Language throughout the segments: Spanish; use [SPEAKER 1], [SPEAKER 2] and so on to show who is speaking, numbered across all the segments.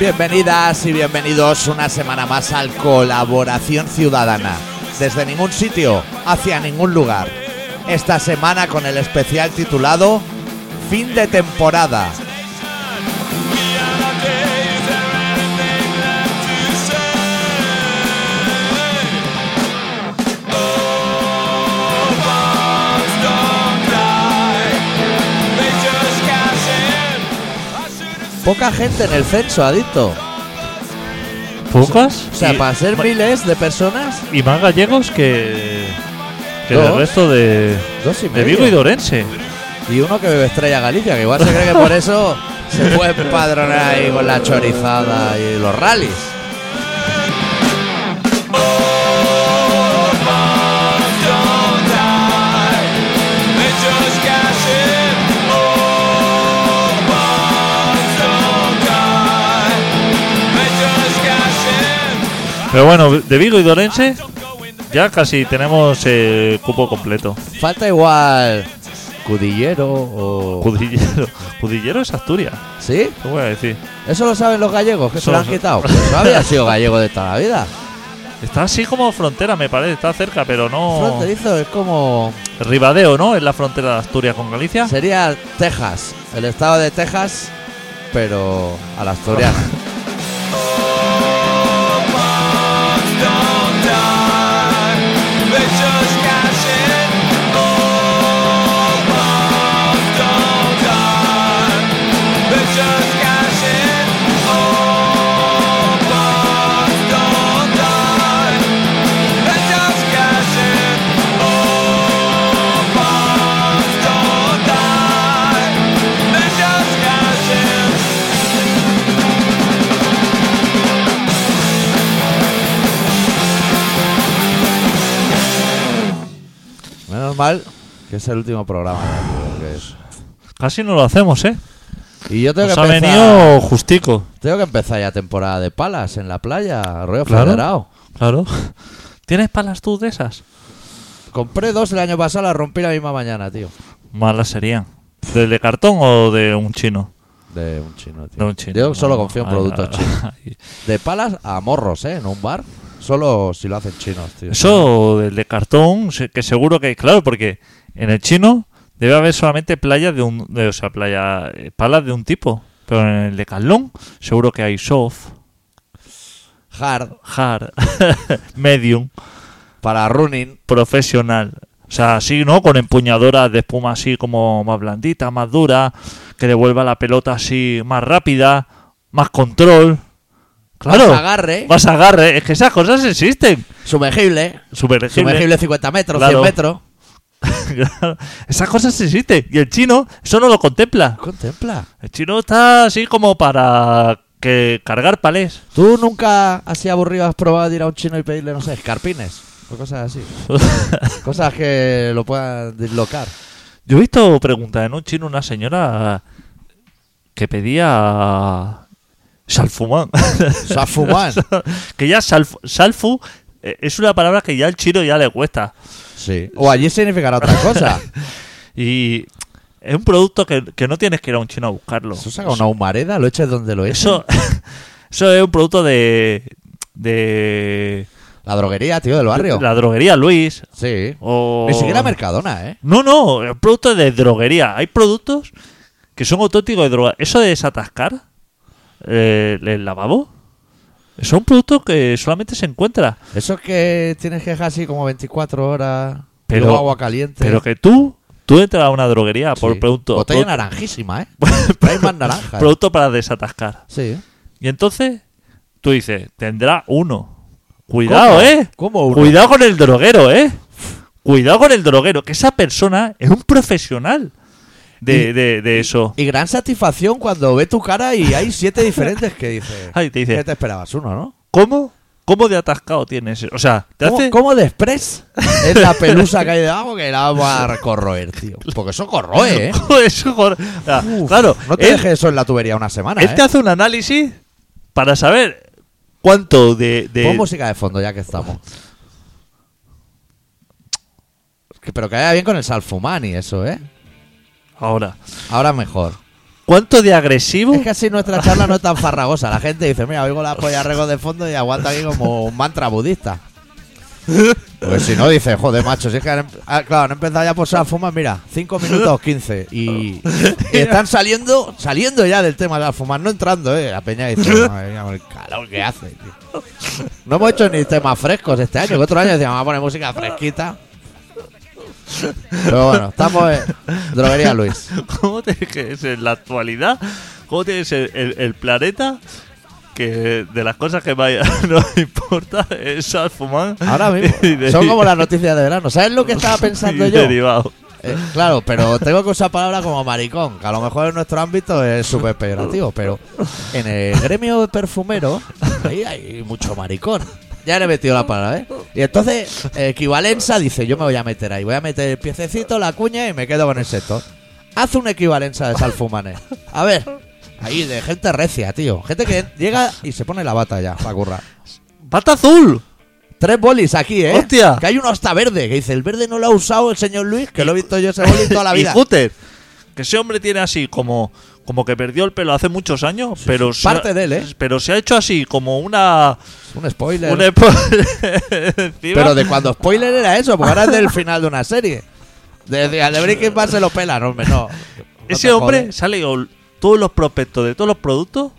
[SPEAKER 1] Bienvenidas y bienvenidos una semana más al Colaboración Ciudadana. Desde ningún sitio, hacia ningún lugar. Esta semana con el especial titulado Fin de temporada. Poca gente en el censo, adicto.
[SPEAKER 2] ¿Pocas?
[SPEAKER 1] O sea,
[SPEAKER 2] y,
[SPEAKER 1] para ser miles de personas,
[SPEAKER 2] y más gallegos que, que
[SPEAKER 1] Dos.
[SPEAKER 2] el resto de,
[SPEAKER 1] dos y
[SPEAKER 2] de
[SPEAKER 1] medio.
[SPEAKER 2] Vigo y de Orense.
[SPEAKER 1] Y uno que bebe Estrella Galicia, que igual se cree que por eso se puede empadronar ahí con la chorizada y los rallies.
[SPEAKER 2] Pero bueno, de Vigo y de Orense ya casi tenemos eh, cupo completo.
[SPEAKER 1] Falta igual Cudillero o...
[SPEAKER 2] Judillero. Judillero es Asturias,
[SPEAKER 1] ¿Sí?
[SPEAKER 2] ¿qué voy a decir?
[SPEAKER 1] Eso lo saben los gallegos, que se lo han
[SPEAKER 2] Somos-
[SPEAKER 1] quitado. Pues no había sido gallego de toda la vida.
[SPEAKER 2] Está así como frontera, me parece, está cerca, pero no.
[SPEAKER 1] Fronterizo es como...
[SPEAKER 2] Ribadeo, ¿no? Es la frontera de Asturias con Galicia.
[SPEAKER 1] Sería Texas, el estado de Texas, pero a la asturiana. Menos mal que es el último programa. tío, que es-
[SPEAKER 2] Casi no lo hacemos, ¿eh?
[SPEAKER 1] Y yo tengo
[SPEAKER 2] Nos
[SPEAKER 1] que
[SPEAKER 2] Pues ha
[SPEAKER 1] empezar...
[SPEAKER 2] venido justico.
[SPEAKER 1] Tengo que empezar ya temporada de palas en la playa, Arroyo
[SPEAKER 2] Claro.
[SPEAKER 1] Federado.
[SPEAKER 2] Claro. ¿Tienes palas tú de esas?
[SPEAKER 1] Compré dos el año pasado, las rompí la misma mañana, tío.
[SPEAKER 2] Malas serían. ¿Del de cartón o de un chino?
[SPEAKER 1] De un chino, tío.
[SPEAKER 2] De un chino.
[SPEAKER 1] Yo solo
[SPEAKER 2] no.
[SPEAKER 1] confío en
[SPEAKER 2] Ay,
[SPEAKER 1] productos
[SPEAKER 2] ay,
[SPEAKER 1] chinos.
[SPEAKER 2] ay.
[SPEAKER 1] De palas a morros, ¿eh? En un bar. Solo si lo hacen chinos, tío.
[SPEAKER 2] Eso del de cartón, se- que seguro que, claro, porque en el chino debe haber solamente playas de un, de- o sea, playa, eh, palas de un tipo, pero en el de Carlón seguro que hay soft,
[SPEAKER 1] Hard
[SPEAKER 2] hard, medium,
[SPEAKER 1] para running.
[SPEAKER 2] profesional. O sea, así, ¿no? Con empuñadoras de espuma así como más blandita, más dura, que devuelva la pelota así más rápida, más control. Claro.
[SPEAKER 1] Más agarre.
[SPEAKER 2] Más agarre. Es que esas cosas existen.
[SPEAKER 1] Sumergible.
[SPEAKER 2] Sumergible.
[SPEAKER 1] Sumergible 50 metros,
[SPEAKER 2] Claro.
[SPEAKER 1] 100 metros.
[SPEAKER 2] Claro, Esas cosas existen. Y el chino, eso no lo contempla.
[SPEAKER 1] Contempla.
[SPEAKER 2] El chino está así como para que cargar palés.
[SPEAKER 1] ¿Tú nunca así aburrido has probado de ir a un chino y pedirle, no sé, escarpines? O cosas así. Cosas que lo puedan dislocar.
[SPEAKER 2] Yo he visto preguntas en un chino una señora que pedía salfumán.
[SPEAKER 1] Safuman.
[SPEAKER 2] que ya salf- salfu eh, es una palabra que ya al chino ya le cuesta.
[SPEAKER 1] Sí. O allí significará otra cosa.
[SPEAKER 2] Y es un producto que, que no tienes que ir a un chino a buscarlo.
[SPEAKER 1] Eso saca una humareda, lo eches donde lo eches.
[SPEAKER 2] Eso, eso es un producto de... de
[SPEAKER 1] La droguería, tío, del barrio.
[SPEAKER 2] La droguería Luis.
[SPEAKER 1] Sí.
[SPEAKER 2] O...
[SPEAKER 1] Ni siquiera Mercadona, ¿eh?
[SPEAKER 2] No, no, el producto de droguería. Hay productos que son auténticos de droga. Eso de desatascar eh, el lavabo son productos que solamente se encuentra.
[SPEAKER 1] Eso es que tienes que dejar así como 24 horas.
[SPEAKER 2] Pero-
[SPEAKER 1] luego agua caliente.
[SPEAKER 2] Pero que tú, tú entras a una droguería
[SPEAKER 1] Sí.
[SPEAKER 2] por producto,
[SPEAKER 1] Botella
[SPEAKER 2] pro-
[SPEAKER 1] naranjísima, ¿eh? Trae más naranja. ¿eh?
[SPEAKER 2] producto para desatascar.
[SPEAKER 1] Sí.
[SPEAKER 2] Y entonces tú dices, tendrá uno. Cuidado,
[SPEAKER 1] ¿Cómo?
[SPEAKER 2] ¿eh?
[SPEAKER 1] ¿Cómo uno?
[SPEAKER 2] Cuidado con el droguero, ¿eh? Cuidado con el droguero, que esa persona es un profesional de,
[SPEAKER 1] Y-
[SPEAKER 2] de- de eso.
[SPEAKER 1] Y gran satisfacción cuando ve tu cara y hay siete diferentes que dices.
[SPEAKER 2] Ay, te dice,
[SPEAKER 1] ¿Qué te esperabas? Uno, ¿no?
[SPEAKER 2] ¿Cómo? ¿Cómo de atascado tienes? O sea, te
[SPEAKER 1] ¿Cómo,
[SPEAKER 2] hace.
[SPEAKER 1] cómo de express es la pelusa que hay debajo que la vamos a corroer, tío? Porque eso corroe, ¿eh?
[SPEAKER 2] Eso, joder. O sea,
[SPEAKER 1] Uf,
[SPEAKER 2] claro,
[SPEAKER 1] No te
[SPEAKER 2] él, este
[SPEAKER 1] dejes eso en la tubería una semana,
[SPEAKER 2] él
[SPEAKER 1] ¿eh?
[SPEAKER 2] te hace un análisis para saber cuánto de. de-
[SPEAKER 1] Pon música de fondo ya que estamos. Que- Pero que vaya bien con el Salfumani, eso, ¿eh?
[SPEAKER 2] Ahora,
[SPEAKER 1] Ahora mejor.
[SPEAKER 2] ¿Cuánto de agresivo?
[SPEAKER 1] Es que así nuestra charla no es tan farragosa. La gente dice, mira, oigo la polla rego de fondo y aguanto aquí como un mantra budista. Pues si no, dice, joder, macho, si es que han, em- ah, claro, han empezado ya a posar fuma, mira, 5 minutos 15. Y, y están saliendo, saliendo ya del tema de la fumar, no entrando, eh. La peña dice, madre mía, con el calor que hace, tío. No hemos hecho ni temas frescos este año, que otro año decíamos, vamos a poner música fresquita. Pero bueno, estamos en Droguería Luis.
[SPEAKER 2] ¿Cómo tiene que ser la actualidad? ¿Cómo tiene que ser el, el planeta? Que de las cosas que más nos importa es al fumar.
[SPEAKER 1] Ahora mismo.
[SPEAKER 2] y de-
[SPEAKER 1] Son como las noticias de verano. ¿Sabes lo que estaba pensando
[SPEAKER 2] y
[SPEAKER 1] yo?
[SPEAKER 2] derivado.
[SPEAKER 1] Eh, claro, pero tengo que usar palabras como maricón, que a lo mejor en nuestro ámbito es súper peyorativo, pero en el gremio de perfumero ahí hay mucho maricón. Ya le he metido la palabra, ¿eh? Y entonces, eh, equivalenza dice, yo me voy a meter ahí, voy a meter el piececito, la cuña y me quedo con el seto. Haz una equivalenza de salfumanes. A ver, ahí de gente recia, tío. Gente que llega y se pone la bata ya, para currar.
[SPEAKER 2] ¡Bata azul!
[SPEAKER 1] Tres bolis aquí, ¿eh?
[SPEAKER 2] Hostia.
[SPEAKER 1] Que hay uno hasta verde, que dice, el verde no lo ha usado el señor Luis, que lo he visto yo ese boli toda la vida.
[SPEAKER 2] Y Júter, Que ese hombre tiene así como, como que perdió el pelo hace muchos años, pero, se ha-
[SPEAKER 1] parte de él, ¿eh?
[SPEAKER 2] pero se ha hecho así como una...
[SPEAKER 1] Un spoiler.
[SPEAKER 2] una espo- encima.
[SPEAKER 1] Pero de cuando spoiler era eso, porque ahora es del final de una serie. Desde al de Breaking Bad se lo pelan, hombre, no. No
[SPEAKER 2] Ese
[SPEAKER 1] te
[SPEAKER 2] hombre
[SPEAKER 1] jodes.
[SPEAKER 2] sale con todos los prospectos de todos los productos.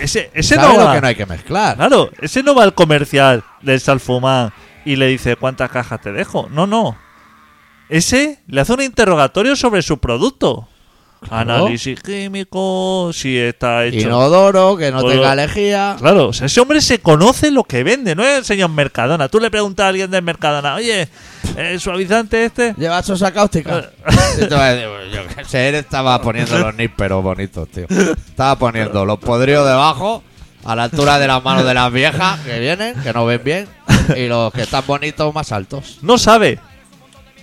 [SPEAKER 2] Ese, ese
[SPEAKER 1] Sabe
[SPEAKER 2] no
[SPEAKER 1] lo
[SPEAKER 2] va.
[SPEAKER 1] que no hay que mezclar.
[SPEAKER 2] Claro, ese no va al comercial del Salfumán y le dice cuántas cajas te dejo. No, no. Ese le hace un interrogatorio sobre su producto. Análisis químico, si está hecho.
[SPEAKER 1] Inodoro, que no
[SPEAKER 2] Todo-
[SPEAKER 1] tenga lejía.
[SPEAKER 2] Claro, o sea, ese hombre se conoce lo que vende, no es el señor Mercadona. Tú le preguntas a alguien del Mercadona, oye, ¿el suavizante este?
[SPEAKER 1] Lleva sosa cáustica. Y te va a decir, "Pues yo qué sé, él estaba poniendo los nísperos bonitos, tío. Estaba poniendo los podridos debajo, a la altura de las manos de las viejas que vienen, que no ven bien, y los que están bonitos más altos.
[SPEAKER 2] No sabe.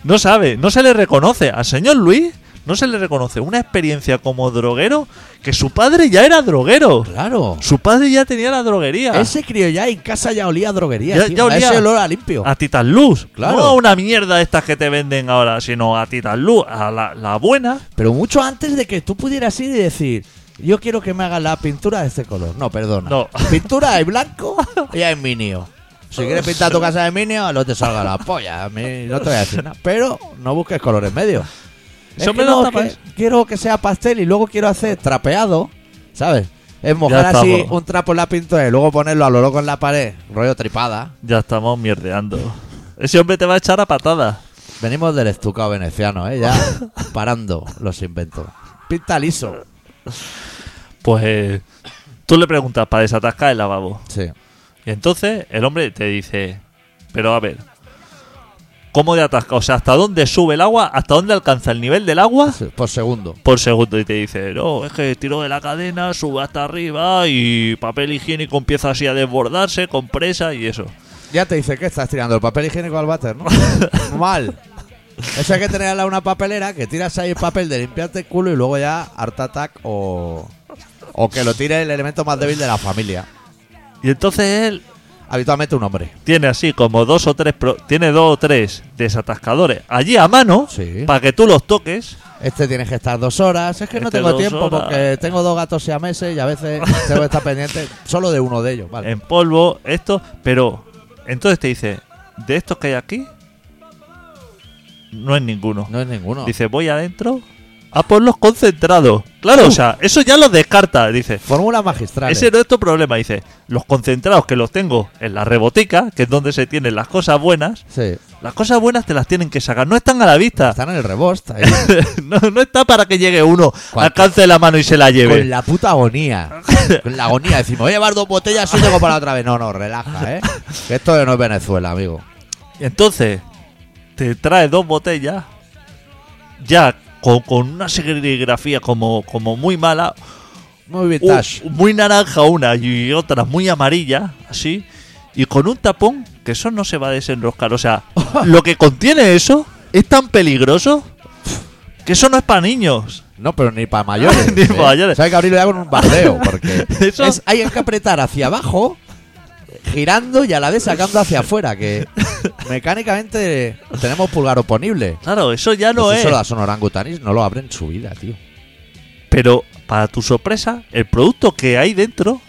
[SPEAKER 2] No sabe. No se le reconoce. Al señor Luis no se le reconoce una experiencia como droguero que su padre ya era droguero.
[SPEAKER 1] Claro.
[SPEAKER 2] Su padre ya tenía la droguería.
[SPEAKER 1] Ese crío ya en casa ya olía a droguería.
[SPEAKER 2] Ya-
[SPEAKER 1] tío.
[SPEAKER 2] ya olía.
[SPEAKER 1] Ese olor a limpio.
[SPEAKER 2] A Titan Luz.
[SPEAKER 1] Claro.
[SPEAKER 2] No a una mierda de estas que te venden ahora, sino a Titan Luz, a la, la buena.
[SPEAKER 1] Pero mucho antes de que tú pudieras ir y decir, yo quiero que me haga la pintura de este color. No, perdona.
[SPEAKER 2] No.
[SPEAKER 1] Pintura hay blanco y hay minio. Si quieres pintar tu casa de minio, no te salga la polla. A mí no te voy a decir nada. Pero no busques colores medios. Es
[SPEAKER 2] Eso
[SPEAKER 1] que
[SPEAKER 2] me lo
[SPEAKER 1] no,
[SPEAKER 2] tapa,
[SPEAKER 1] que-
[SPEAKER 2] ¿eh?
[SPEAKER 1] quiero que sea pastel y luego quiero hacer trapeado, ¿sabes? Es mojar
[SPEAKER 2] Ya
[SPEAKER 1] así
[SPEAKER 2] estamos.
[SPEAKER 1] un trapo en la pintura y luego ponerlo a lo loco en la pared, rollo tripada.
[SPEAKER 2] Ya estamos mierdeando. Ese hombre te va a echar a patadas.
[SPEAKER 1] Venimos del estucado veneciano, ¿eh? Ya parando los inventos. Pinta liso.
[SPEAKER 2] Pues eh, tú le preguntas para desatascar el lavabo.
[SPEAKER 1] Sí.
[SPEAKER 2] Y entonces el hombre te dice, pero a ver, ¿cómo de atasca? O sea, ¿hasta dónde sube el agua? ¿Hasta dónde alcanza el nivel del agua?
[SPEAKER 1] Sí, Por segundo.
[SPEAKER 2] Por segundo y te dice, no, es que tiro de la cadena, sube hasta arriba y papel higiénico empieza así a desbordarse, con presa y eso.
[SPEAKER 1] Ya te dice que estás tirando el papel higiénico al váter, ¿no? Mal. Eso hay que tener al lado una papelera que tiras ahí el papel de limpiarte el culo y luego ya Art Attack o, o que lo tire el elemento más débil de la familia.
[SPEAKER 2] Y entonces él
[SPEAKER 1] Habitualmente un hombre.
[SPEAKER 2] tiene así como dos o tres, pro- tiene dos o tres desatascadores allí a mano
[SPEAKER 1] Sí.
[SPEAKER 2] para que tú los toques.
[SPEAKER 1] Este tienes que estar dos horas. Es que no
[SPEAKER 2] Este
[SPEAKER 1] tengo
[SPEAKER 2] dos
[SPEAKER 1] tiempo
[SPEAKER 2] horas.
[SPEAKER 1] porque tengo dos gatos a meses y a veces tengo que estar pendiente solo de uno de ellos. Vale.
[SPEAKER 2] en polvo, esto, pero entonces te dice, de estos que hay aquí, no es ninguno.
[SPEAKER 1] No es ninguno.
[SPEAKER 2] Dice, voy adentro a por los concentrados.
[SPEAKER 1] Uh.
[SPEAKER 2] Claro, o sea, eso ya los descarta, dice.
[SPEAKER 1] Fórmula magistral.
[SPEAKER 2] Ese no es tu problema, dice. Los concentrados que los tengo en la rebotica, que es donde se tienen las cosas buenas,
[SPEAKER 1] Sí.
[SPEAKER 2] las cosas buenas te las tienen que sacar, no están a la vista.
[SPEAKER 1] Están en el rebost. ahí.
[SPEAKER 2] no, no está para que llegue uno,
[SPEAKER 1] ¿Cuánto?
[SPEAKER 2] alcance la mano y se la
[SPEAKER 1] Con
[SPEAKER 2] lleve.
[SPEAKER 1] la puta agonía. Con la agonía. Decimos, voy a llevar dos botellas y tengo para otra vez. No, no, relaja, ¿eh? Que esto no es Venezuela, amigo.
[SPEAKER 2] Entonces, te trae dos botellas, ya con, con una serigrafía como, como muy mala,
[SPEAKER 1] Muy
[SPEAKER 2] u-
[SPEAKER 1] vintage.
[SPEAKER 2] muy naranja una y otra muy amarilla, así, y con un tapón que eso no se va a desenroscar. O sea, lo que contiene eso es tan peligroso que eso no es para niños.
[SPEAKER 1] No, pero ni para mayores.
[SPEAKER 2] Ni pa' mayores.
[SPEAKER 1] O sea, hay que abrirlo ya con un bardeo. Porque
[SPEAKER 2] Eso-
[SPEAKER 1] es- hay que apretar hacia abajo, girando y a la vez sacando hacia afuera. Que mecánicamente tenemos pulgar oponible.
[SPEAKER 2] Claro, eso ya no
[SPEAKER 1] Pues
[SPEAKER 2] es.
[SPEAKER 1] Eso las orangutanis no lo abren en su vida, tío.
[SPEAKER 2] Pero, para tu sorpresa, el producto que hay dentro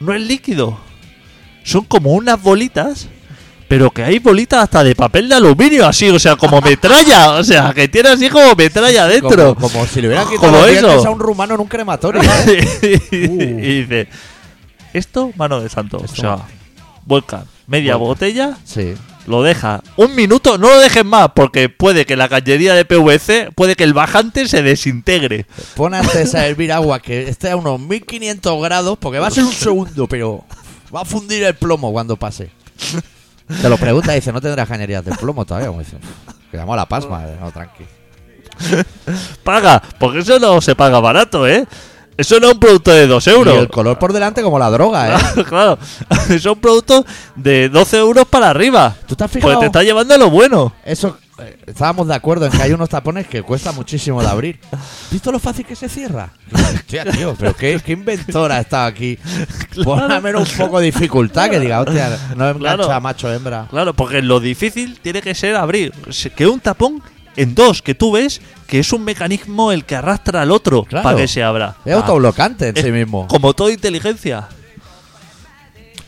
[SPEAKER 2] no es líquido. Son como unas bolitas, pero que hay bolitas hasta de papel de aluminio, así, o sea, como metralla. O sea, que tiene así como metralla dentro.
[SPEAKER 1] Como, como si le hubieran quitado
[SPEAKER 2] Como
[SPEAKER 1] los
[SPEAKER 2] eso.
[SPEAKER 1] dientes a un rumano en un crematorio. ¿eh?
[SPEAKER 2] y dice, esto, mano de santo. O
[SPEAKER 1] Esto
[SPEAKER 2] sea,
[SPEAKER 1] mano.
[SPEAKER 2] vuelca media
[SPEAKER 1] Vuelca.
[SPEAKER 2] botella,
[SPEAKER 1] sí.
[SPEAKER 2] lo deja un minuto, no lo dejes más, porque puede que la cañería de PVC, puede que el bajante se desintegre.
[SPEAKER 1] Pon antes a hervir agua que esté a unos 1500 grados, porque va a ser un segundo, pero va a fundir el plomo cuando pase. Te lo pregunta y dice, ¿no tendrás cañerías de plomo todavía? Como dice, que llamo a la pasma, eh, no, tranqui.
[SPEAKER 2] Paga, porque eso no se paga barato, ¿eh? Eso no es un producto de 2
[SPEAKER 1] Y
[SPEAKER 2] euros.
[SPEAKER 1] el color por delante como la droga, ¿eh?
[SPEAKER 2] claro, son productos de 12 euros para arriba.
[SPEAKER 1] ¿Tú te has
[SPEAKER 2] Porque
[SPEAKER 1] fijado?
[SPEAKER 2] te está llevando lo bueno.
[SPEAKER 1] Eso, eh, estábamos de acuerdo en que hay unos tapones que cuesta muchísimo de abrir. ¿Has visto lo fácil que se cierra? Hostia, tío, pero qué, qué inventora está aquí. Pon al menos un poco de dificultad que diga, hostia, no engancha
[SPEAKER 2] Claro.
[SPEAKER 1] macho hembra.
[SPEAKER 2] Claro, porque lo difícil tiene que ser abrir. Se- Que un tapón en dos, que tú ves que es un mecanismo el que arrastra al otro
[SPEAKER 1] Claro.
[SPEAKER 2] para que se abra.
[SPEAKER 1] Es
[SPEAKER 2] Ah,
[SPEAKER 1] autoblocante en
[SPEAKER 2] es
[SPEAKER 1] sí mismo.
[SPEAKER 2] Como toda inteligencia.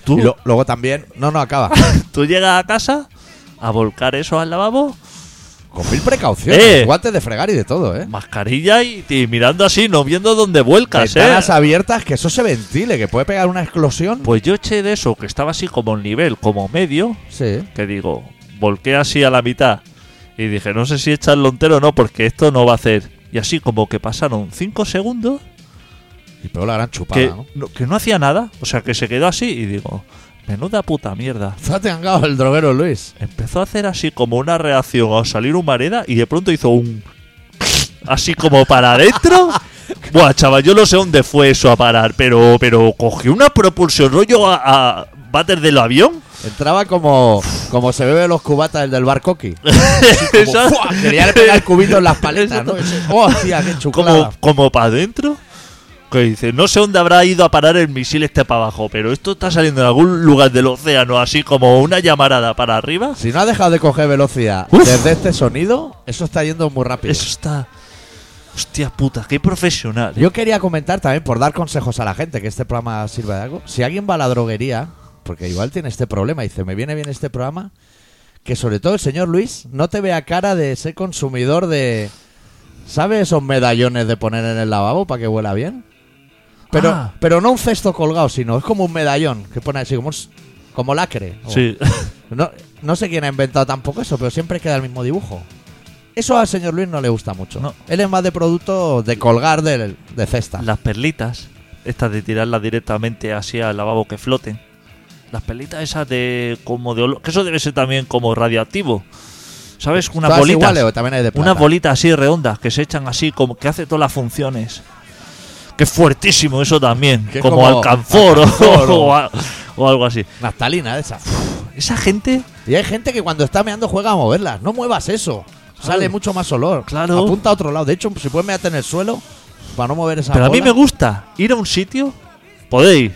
[SPEAKER 2] Tú,
[SPEAKER 1] Y lo- luego también, no, no acaba.
[SPEAKER 2] tú llegas a casa a volcar eso al lavabo,
[SPEAKER 1] Con mil precauciones,
[SPEAKER 2] Eh.
[SPEAKER 1] guantes de fregar y de todo, ¿eh?
[SPEAKER 2] mascarilla y, y mirando así, no viendo dónde vuelcas, ¿eh?
[SPEAKER 1] Ventanas abiertas, que eso se ventile, que puede pegar una explosión.
[SPEAKER 2] Pues yo eché de eso, que estaba así como en nivel, como medio,
[SPEAKER 1] Sí.
[SPEAKER 2] que digo, volqué así a la mitad y dije, no sé si echarlo entero o no, porque esto no va a hacer. Y así como que pasaron 5 segundos
[SPEAKER 1] Y pegó la gran chupada,
[SPEAKER 2] que
[SPEAKER 1] ¿no?
[SPEAKER 2] no, que no hacía nada, o sea que se quedó así y digo, menuda puta mierda.
[SPEAKER 1] Se ha tengado el droguero Luis.
[SPEAKER 2] Empezó a hacer así como una reacción a salir un mareda y de pronto hizo un... Así como para adentro. Buah, chaval, yo no sé dónde fue eso a parar, pero, pero cogió una propulsión rollo a, a váter del avión.
[SPEAKER 1] Entraba como, como se bebe los cubatas el del bar Coqui. Como,
[SPEAKER 2] Exacto.
[SPEAKER 1] ¡fua! Quería le pegar cubitos en las paletas, ¿no? Ese- ¡Hostia, qué
[SPEAKER 2] como,
[SPEAKER 1] chuclada!
[SPEAKER 2] como para adentro. Que dice, no sé dónde habrá ido a parar el misil este para abajo, pero esto está saliendo en algún lugar del océano, así como una llamarada para arriba.
[SPEAKER 1] Si no ha dejado de coger velocidad
[SPEAKER 2] Uf.
[SPEAKER 1] desde este sonido, eso está yendo muy rápido.
[SPEAKER 2] Eso está. Hostia puta, qué profesional. ¿eh?
[SPEAKER 1] Yo quería comentar también, por dar consejos a la gente, que este programa sirva de algo. Si alguien va a la droguería, porque igual tiene este problema, y dice, me viene bien este programa, que sobre todo el señor Luis no te vea cara de ser consumidor de... ¿Sabes esos medallones de poner en el lavabo para que huela bien? Pero,
[SPEAKER 2] Ah.
[SPEAKER 1] pero no un cesto colgado, sino es como un medallón que pone así, como, un s- como lacre. o-
[SPEAKER 2] Sí.
[SPEAKER 1] no, no sé quién ha inventado tampoco eso, pero siempre queda el mismo dibujo. Eso al señor Luis no le gusta mucho.
[SPEAKER 2] No.
[SPEAKER 1] Él es más de producto de colgar de, de cesta.
[SPEAKER 2] Las perlitas, estas de tirarlas directamente hacia el lavabo que floten. Las perlitas esas de como de olor, que eso debe ser también como radioactivo. ¿Sabes? Unas
[SPEAKER 1] Todas
[SPEAKER 2] bolitas.
[SPEAKER 1] iguales o también hay de plata.
[SPEAKER 2] Unas bolitas así redondas que se echan así, como que hace todas las funciones. Que es fuertísimo eso también,
[SPEAKER 1] Que es
[SPEAKER 2] como,
[SPEAKER 1] como
[SPEAKER 2] alcanfor, o-
[SPEAKER 1] alcanfor o-
[SPEAKER 2] o, a- o algo así.
[SPEAKER 1] Naftalina de esas.
[SPEAKER 2] Esa gente,
[SPEAKER 1] Y hay gente que cuando está meando juega a moverlas. No muevas eso. Sale
[SPEAKER 2] Ay.
[SPEAKER 1] mucho más olor.
[SPEAKER 2] Claro.
[SPEAKER 1] Apunta a otro lado. De hecho, si puedes mearte en el suelo para no mover esa
[SPEAKER 2] pero a mí
[SPEAKER 1] bola.
[SPEAKER 2] me gusta ir a un sitio, podéis.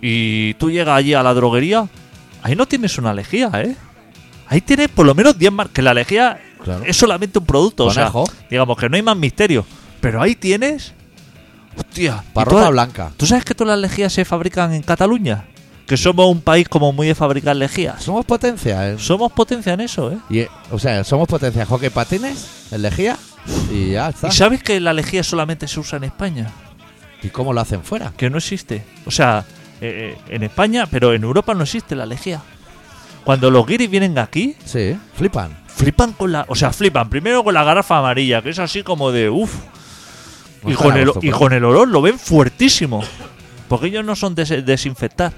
[SPEAKER 2] Y tú llegas allí a la droguería, ahí no tienes una lejía, ¿eh? Ahí tienes por lo menos 10 marcas, que la lejía
[SPEAKER 1] Claro.
[SPEAKER 2] es solamente un producto, o
[SPEAKER 1] Conejo.
[SPEAKER 2] sea, digamos que no hay más misterio. Pero ahí tienes, hostia, y ¿eh?
[SPEAKER 1] Para
[SPEAKER 2] todas-
[SPEAKER 1] ropa blanca.
[SPEAKER 2] ¿Tú sabes que todas las lejías se fabrican en Cataluña? Que somos un país como muy de fabricar lejías.
[SPEAKER 1] Somos potencia. ¿eh?
[SPEAKER 2] Somos potencia en eso, ¿eh?
[SPEAKER 1] Y, eh, o sea, somos potencia. en Hockey patines, en lejía y ya está.
[SPEAKER 2] ¿Y sabes que la lejía solamente se usa en España?
[SPEAKER 1] ¿Y cómo lo hacen fuera?
[SPEAKER 2] Que no existe. O sea, eh, eh, en España, pero en Europa no existe la lejía. Cuando los guiris vienen aquí,
[SPEAKER 1] Sí, flipan.
[SPEAKER 2] flipan con la... O sea, flipan primero con la garrafa amarilla, que es así como de... uff.
[SPEAKER 1] No
[SPEAKER 2] Y,
[SPEAKER 1] están
[SPEAKER 2] con
[SPEAKER 1] a
[SPEAKER 2] el,
[SPEAKER 1] gusto,
[SPEAKER 2] y
[SPEAKER 1] pero-
[SPEAKER 2] con el olor lo ven fuertísimo. Porque ellos no son de se- desinfectar.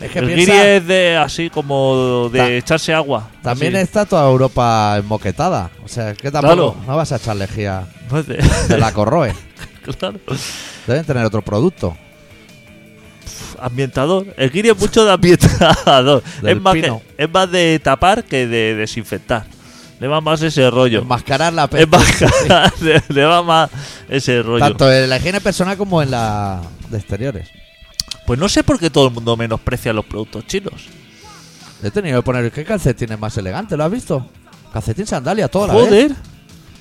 [SPEAKER 1] Es que
[SPEAKER 2] El
[SPEAKER 1] piensa-
[SPEAKER 2] guiri es de así como de
[SPEAKER 1] Ta-
[SPEAKER 2] echarse agua.
[SPEAKER 1] También
[SPEAKER 2] así.
[SPEAKER 1] está toda Europa enmoquetada. O sea, es que tampoco
[SPEAKER 2] Claro.
[SPEAKER 1] no vas a echar lejía
[SPEAKER 2] No es Pues de-
[SPEAKER 1] de la corroe.
[SPEAKER 2] Claro.
[SPEAKER 1] Deben tener otro producto.
[SPEAKER 2] Ambientador. El guiri es mucho de ambientador.
[SPEAKER 1] Del
[SPEAKER 2] es, más que-
[SPEAKER 1] pino.
[SPEAKER 2] es más de tapar que de desinfectar. Le va más ese rollo.
[SPEAKER 1] Enmascarar la pe-
[SPEAKER 2] Es más- le, le va más ese rollo.
[SPEAKER 1] Tanto en la higiene personal como en la de exteriores.
[SPEAKER 2] Pues no sé por qué todo el mundo menosprecia los productos chinos.
[SPEAKER 1] ¿eh? He tenido que poner. ¿Qué calcetines más elegantes? ¿Lo has visto? Calcetín sandalia, toda la vez.
[SPEAKER 2] Joder.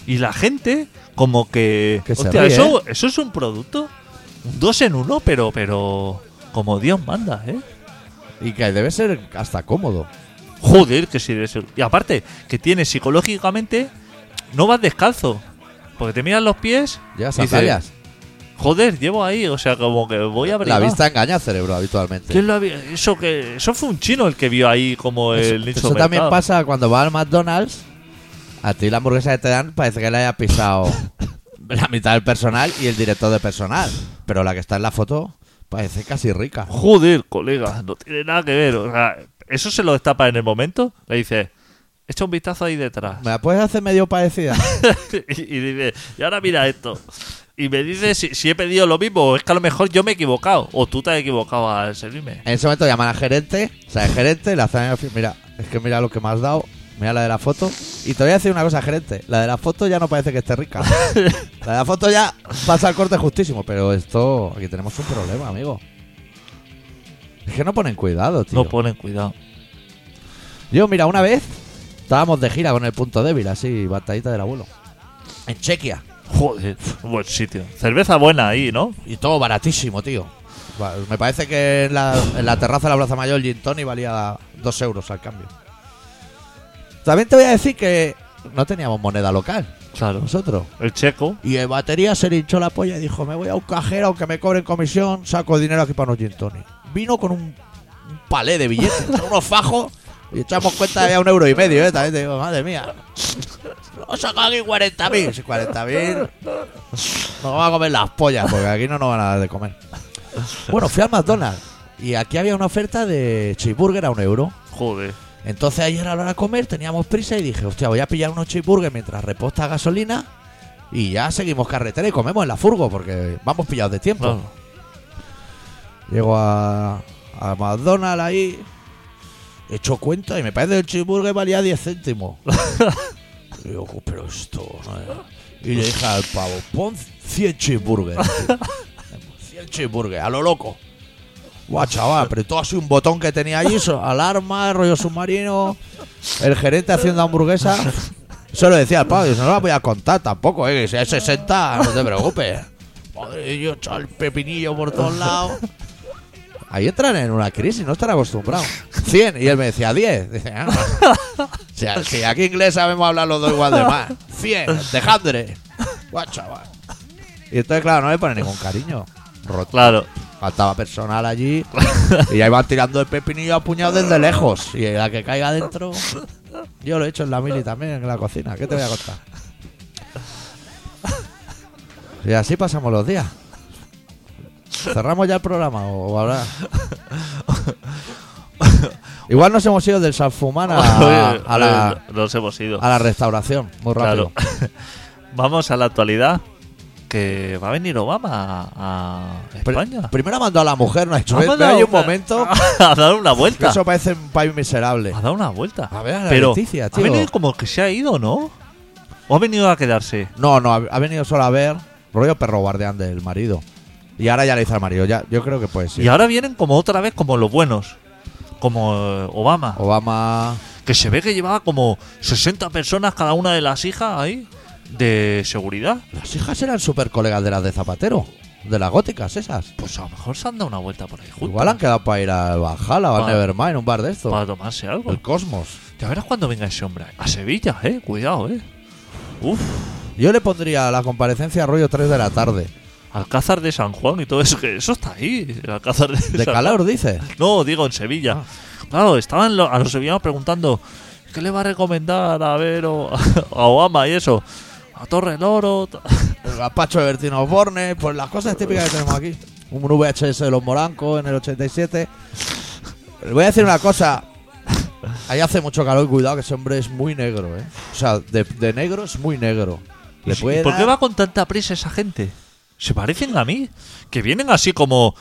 [SPEAKER 2] Y la gente, como que.
[SPEAKER 1] Que se
[SPEAKER 2] hostia,
[SPEAKER 1] ríe, ¿eh?
[SPEAKER 2] eso, eso es un producto. Un dos en uno, pero, pero. Como Dios manda, ¿eh?
[SPEAKER 1] Y que debe ser hasta cómodo.
[SPEAKER 2] Joder, que sí debe ser. Y aparte, que tiene psicológicamente. No vas descalzo. Porque te miras los pies.
[SPEAKER 1] Ya
[SPEAKER 2] y dices,
[SPEAKER 1] sandalias.
[SPEAKER 2] Joder, llevo ahí. O sea, como que voy a
[SPEAKER 1] La vista engaña al cerebro habitualmente.
[SPEAKER 2] ¿Quién lo había- Eso que eso fue un chino el que vio ahí como
[SPEAKER 1] Eso-
[SPEAKER 2] el nicho
[SPEAKER 1] eso también
[SPEAKER 2] mercado.
[SPEAKER 1] pasa cuando vas al McDonald's. A ti la hamburguesa que te dan parece que la haya pisado la mitad del personal y el director de personal. Pero la que está en la foto parece casi rica.
[SPEAKER 2] Joder, colega, no tiene nada que ver. O sea, eso se lo destapa en el momento. Le dice, echa un vistazo ahí detrás.
[SPEAKER 1] ¿Me la puedes hacer medio parecida?
[SPEAKER 2] y, y dice, y ahora mira esto. Y me dice si, si he pedido lo mismo. o Es que a lo mejor yo me he equivocado. O tú te has equivocado al servirme.
[SPEAKER 1] En ese momento llaman al gerente, o sea, el gerente, le hacen mira, es que mira lo que me has dado, mira la de la foto. Y te voy a decir una cosa, gerente, la de la foto ya no parece que esté rica. la de la foto ya pasa al corte justísimo, pero esto, aquí tenemos un problema, amigo. Es que no ponen cuidado, tío.
[SPEAKER 2] No ponen cuidado.
[SPEAKER 1] Yo, mira, una vez estábamos de gira con el punto débil, así, batallita del abuelo. En Chequia.
[SPEAKER 2] Joder, buen sitio. Cerveza buena ahí, ¿no?
[SPEAKER 1] Y todo baratísimo, tío. Va- Me parece que en la, en la terraza de la Plaza Mayor el Gin Tony valía dos euros al cambio. También te voy a decir que no teníamos moneda local
[SPEAKER 2] Claro.
[SPEAKER 1] nosotros.
[SPEAKER 2] El checo.
[SPEAKER 1] Y el batería se le hinchó la polla y dijo, me voy a un cajero, aunque me cobren comisión, saco dinero aquí para unos gin tonic". Vino con un, un palé de billetes, con unos fajos, y echamos cuenta de había un euro y medio, ¿eh? También te digo, madre mía. Nos sacado aquí 40 mil. 40 mil. Nos vamos a comer las pollas, porque aquí no nos van a dar de comer. Bueno, fui al McDonald's, y aquí había una oferta de cheeseburger a un euro.
[SPEAKER 2] Joder.
[SPEAKER 1] Entonces ayer a la hora de comer teníamos prisa y dije, hostia, voy a pillar unos cheeseburgers mientras reposta gasolina y ya seguimos carretera y comemos en la furgo porque vamos pillados de tiempo.
[SPEAKER 2] Claro.
[SPEAKER 1] Llego a, a McDonald's ahí, echo cuenta y me parece que el cheeseburger valía 10 céntimos. y digo, "Jo, pero esto... no es". Y le dije al pavo, pon 100 cheeseburgers. tío". 100 cheeseburgers, a lo loco. Buah, chaval, apretó así un botón que tenía allí, so- alarma, rollo submarino, el gerente haciendo hamburguesa. Eso lo decía el pavo, dice, no lo voy a contar tampoco, eh, que si es 60, no te preocupes. Madre yo echaba el pepinillo por todos lados. Ahí entran en una crisis, no están acostumbrados. 100, y él me decía 10. Dice, ah, no. si, a- si aquí inglés sabemos hablar los dos igual de más. 100, dejadre. Guau, chaval. Y entonces, claro, no le ponen ningún cariño. Roto.
[SPEAKER 2] Claro.
[SPEAKER 1] Faltaba personal allí y ya iban tirando el pepinillo a puñado desde lejos. Y la que caiga dentro. Yo lo he hecho en la mili también, en la cocina. ¿Qué te voy a contar? Y así pasamos los días. ¿Cerramos ya el programa o habrá? Igual nos hemos ido del Sanfumán a, Ah, a la,
[SPEAKER 2] Nos hemos ido.
[SPEAKER 1] a la restauración, muy rápido.
[SPEAKER 2] Claro. Vamos a la actualidad. Que va a venir Obama a, a
[SPEAKER 1] Pri-
[SPEAKER 2] España.
[SPEAKER 1] Primero mandó a la mujer, no ha hecho.
[SPEAKER 2] Vamos a
[SPEAKER 1] "Vete
[SPEAKER 2] dar
[SPEAKER 1] ahí un
[SPEAKER 2] una-
[SPEAKER 1] momento.
[SPEAKER 2] A dar una
[SPEAKER 1] que
[SPEAKER 2] vuelta.
[SPEAKER 1] Eso parece un país miserable.
[SPEAKER 2] Ha dado una vuelta.
[SPEAKER 1] A ver a la
[SPEAKER 2] Pero
[SPEAKER 1] Leticia,
[SPEAKER 2] Ha
[SPEAKER 1] tío.
[SPEAKER 2] venido como que se ha ido, ¿no? ¿O ha venido a quedarse?
[SPEAKER 1] No, no, ha, ha venido solo a ver rollo perro guardián del marido. Y ahora ya le dice al marido, ya, yo creo que puede
[SPEAKER 2] Y
[SPEAKER 1] ser.
[SPEAKER 2] ahora vienen como otra vez como los buenos. Como eh, Obama.
[SPEAKER 1] Obama.
[SPEAKER 2] Que se ve que llevaba como 60 personas cada una de las hijas ahí de seguridad.
[SPEAKER 1] Las hijas eran súper colegas de las de Zapatero, de las góticas esas.
[SPEAKER 2] Pues a lo mejor se han dado una vuelta por ahí juntas
[SPEAKER 1] Igual han quedado para ir al Valhalla o al
[SPEAKER 2] Pa-
[SPEAKER 1] Nevermind, un bar de estos.
[SPEAKER 2] Para tomarse algo.
[SPEAKER 1] El Cosmos.
[SPEAKER 2] Ya verás cuando venga ese hombre. A Sevilla, eh. Cuidado, eh. Uf.
[SPEAKER 1] Yo le pondría la comparecencia a rollo 3 de la tarde.
[SPEAKER 2] Alcázar de San Juan y todo eso. Que eso está ahí. El Alcázar de,
[SPEAKER 1] De Ah.
[SPEAKER 2] San
[SPEAKER 1] calor, dice.
[SPEAKER 2] No, digo en Sevilla. Claro, estaban lo- a los sevillanos preguntando ¿Qué le va a recomendar a Vero, a Obama y eso? A Torre Loro.
[SPEAKER 1] El gazpacho de Bertino Osborne, pues las cosas típicas que tenemos aquí. Un VHS de los Morancos en el 87. Les voy a decir una cosa. Ahí hace mucho calor, cuidado que ese hombre es muy negro, ¿eh? O sea, de, de negro es muy negro. Le puede
[SPEAKER 2] ¿Por qué
[SPEAKER 1] dar-
[SPEAKER 2] va con tanta prisa esa gente? Se parecen a mí. Que vienen así como...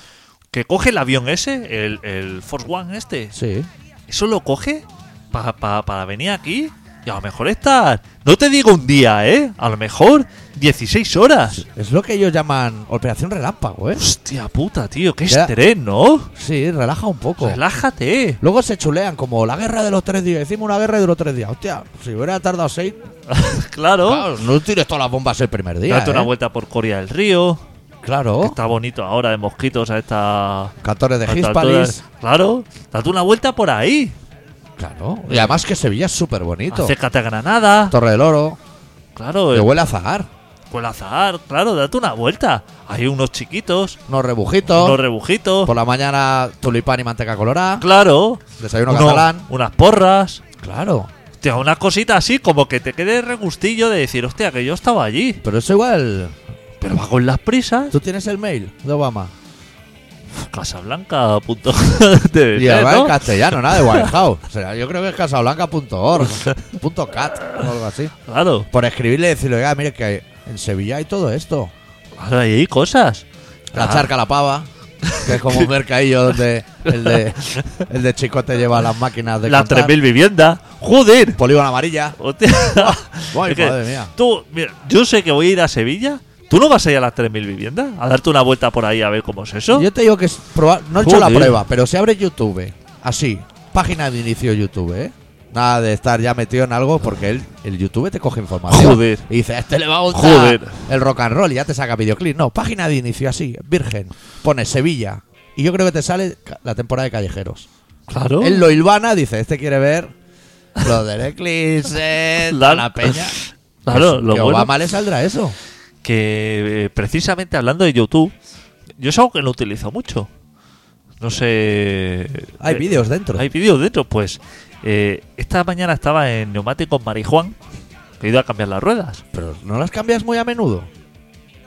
[SPEAKER 2] Que coge el avión ese, el, el Force One este.
[SPEAKER 1] Sí.
[SPEAKER 2] Eso lo coge pa- pa- para venir aquí. Y a lo mejor estar... No te digo un día, ¿eh? A lo mejor 16 horas.
[SPEAKER 1] Es lo que ellos llaman operación relámpago, ¿eh?
[SPEAKER 2] Hostia puta, tío. Qué
[SPEAKER 1] Ya.
[SPEAKER 2] estrés, ¿no?
[SPEAKER 1] Sí, relaja un poco.
[SPEAKER 2] Relájate.
[SPEAKER 1] Luego se chulean como la guerra de los tres días. Hicimos una guerra de los tres días. Hostia, si hubiera tardado seis,
[SPEAKER 2] claro.
[SPEAKER 1] Claro, no tires todas las bombas el primer día.
[SPEAKER 2] Date una
[SPEAKER 1] ¿eh?
[SPEAKER 2] vuelta por Corea del Río. que
[SPEAKER 1] Claro.
[SPEAKER 2] Está bonito ahora de mosquitos a esta. a
[SPEAKER 1] Cantores de
[SPEAKER 2] esta
[SPEAKER 1] Hispalis.
[SPEAKER 2] altura. Claro. Date una vuelta por ahí.
[SPEAKER 1] Claro. Y además que Sevilla es súper bonito.
[SPEAKER 2] Acércate a Granada.
[SPEAKER 1] Torre del Oro.
[SPEAKER 2] Claro.
[SPEAKER 1] Que
[SPEAKER 2] el-
[SPEAKER 1] huele a zagar.
[SPEAKER 2] Con la Zahar, claro, date una vuelta. Hay unos chiquitos,
[SPEAKER 1] Unos rebujitos.
[SPEAKER 2] unos rebujitos.
[SPEAKER 1] Por la mañana tulipán y manteca colorada.
[SPEAKER 2] Claro.
[SPEAKER 1] Desayuno
[SPEAKER 2] uno-
[SPEAKER 1] catalán.
[SPEAKER 2] Unas porras.
[SPEAKER 1] Claro.
[SPEAKER 2] Hostia, una cosita así, como que te quede regustillo de decir, hostia, que yo estaba allí.
[SPEAKER 1] Pero eso igual.
[SPEAKER 2] Pero va con las prisas.
[SPEAKER 1] Tú tienes el mail de Obama.
[SPEAKER 2] Casablanca, punto.
[SPEAKER 1] Y además en castellano, nada de White House. O sea, yo creo que es casablanca.org, punto .cat o algo así.
[SPEAKER 2] Claro,
[SPEAKER 1] Por escribirle y decirle, oiga, mire que en Sevilla hay todo esto.
[SPEAKER 2] claro, ahí hay cosas.
[SPEAKER 1] La
[SPEAKER 2] Ah.
[SPEAKER 1] charca la pava, que es como un mercadillo donde el de, el de Chicote lleva las máquinas de
[SPEAKER 2] Las
[SPEAKER 1] contar.
[SPEAKER 2] 3.000 viviendas. ¡Joder!
[SPEAKER 1] Polígono amarilla.
[SPEAKER 2] Hostia.
[SPEAKER 1] Ay,
[SPEAKER 2] Es que
[SPEAKER 1] madre mía.
[SPEAKER 2] Tú, mira, yo sé que voy a ir a Sevilla. ¿Tú no vas a ir a las 3.000 viviendas? ¿A darte una vuelta por ahí a ver cómo es eso?
[SPEAKER 1] Yo te digo que es proba- no he hecho la
[SPEAKER 2] Joder.
[SPEAKER 1] prueba, pero si abres YouTube, así, página de inicio YouTube, ¿eh? Nada de estar ya metido en algo porque el, el YouTube te coge información.
[SPEAKER 2] Joder.
[SPEAKER 1] Y dice, "A este le va a gustar
[SPEAKER 2] Joder.
[SPEAKER 1] el rock and roll y ya te saca videoclip. No, página de inicio así, virgen. Pones Sevilla. Y yo creo que te sale ca- la temporada de Callejeros.
[SPEAKER 2] Claro.
[SPEAKER 1] Él lo hilvana, dice, este quiere ver lo del eclipse,
[SPEAKER 2] La-
[SPEAKER 1] la, la peña.
[SPEAKER 2] Ah, Claro,
[SPEAKER 1] Pues
[SPEAKER 2] lo
[SPEAKER 1] que
[SPEAKER 2] bueno
[SPEAKER 1] Obama le saldrá eso.
[SPEAKER 2] que eh, precisamente hablando de YouTube, yo es algo que no utilizo mucho. No sé.
[SPEAKER 1] Hay
[SPEAKER 2] eh,
[SPEAKER 1] vídeos dentro.
[SPEAKER 2] Hay vídeos dentro, pues. eh, esta mañana estaba en Neumáticos Marijuán. He ido a cambiar las ruedas.
[SPEAKER 1] Pero no las cambias muy a menudo.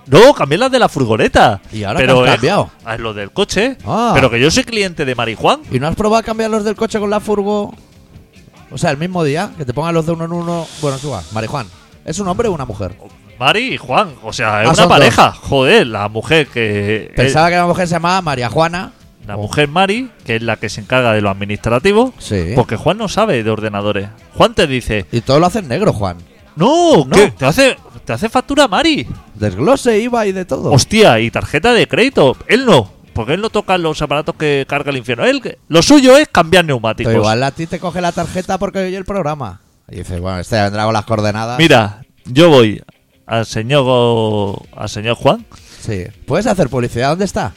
[SPEAKER 2] No, cambié las de la furgoneta.
[SPEAKER 1] ¿Y ahora
[SPEAKER 2] pero
[SPEAKER 1] qué has
[SPEAKER 2] eh,
[SPEAKER 1] cambiado?
[SPEAKER 2] ah, lo del coche.
[SPEAKER 1] Ah.
[SPEAKER 2] Pero que yo soy cliente de Marijuán.
[SPEAKER 1] ¿Y no has probado a cambiar los del coche con la furgo? O sea, el mismo día, que te pongan los de uno en uno. Bueno, tú vas, Marijuán. ¿Es un hombre o una mujer?
[SPEAKER 2] Mari y Juan. O sea, es
[SPEAKER 1] Ah,
[SPEAKER 2] una
[SPEAKER 1] son
[SPEAKER 2] pareja. Joder, la mujer que.
[SPEAKER 1] Pensaba que la mujer se llamaba María Juana.
[SPEAKER 2] eh, la mujer Mari, que es la que se encarga de lo administrativo.
[SPEAKER 1] Sí.
[SPEAKER 2] Porque Juan no sabe de ordenadores. Juan te dice,
[SPEAKER 1] Y todo lo hacen negro, Juan.
[SPEAKER 2] No,
[SPEAKER 1] No.
[SPEAKER 2] ¿qué? Te hace, te hace factura Mari.
[SPEAKER 1] Desglose, IVA y de todo.
[SPEAKER 2] Hostia, y tarjeta de crédito. Él no, porque él no toca los aparatos que carga el infierno. Él, que- lo suyo es cambiar
[SPEAKER 1] Pero
[SPEAKER 2] neumáticos.
[SPEAKER 1] igual a ti te coge la tarjeta porque oye el programa. Y dices, bueno, este vendrá con las coordenadas.
[SPEAKER 2] Mira, yo voy al señor, al señor Juan.
[SPEAKER 1] Sí. ¿Puedes hacer publicidad? ¿Dónde está?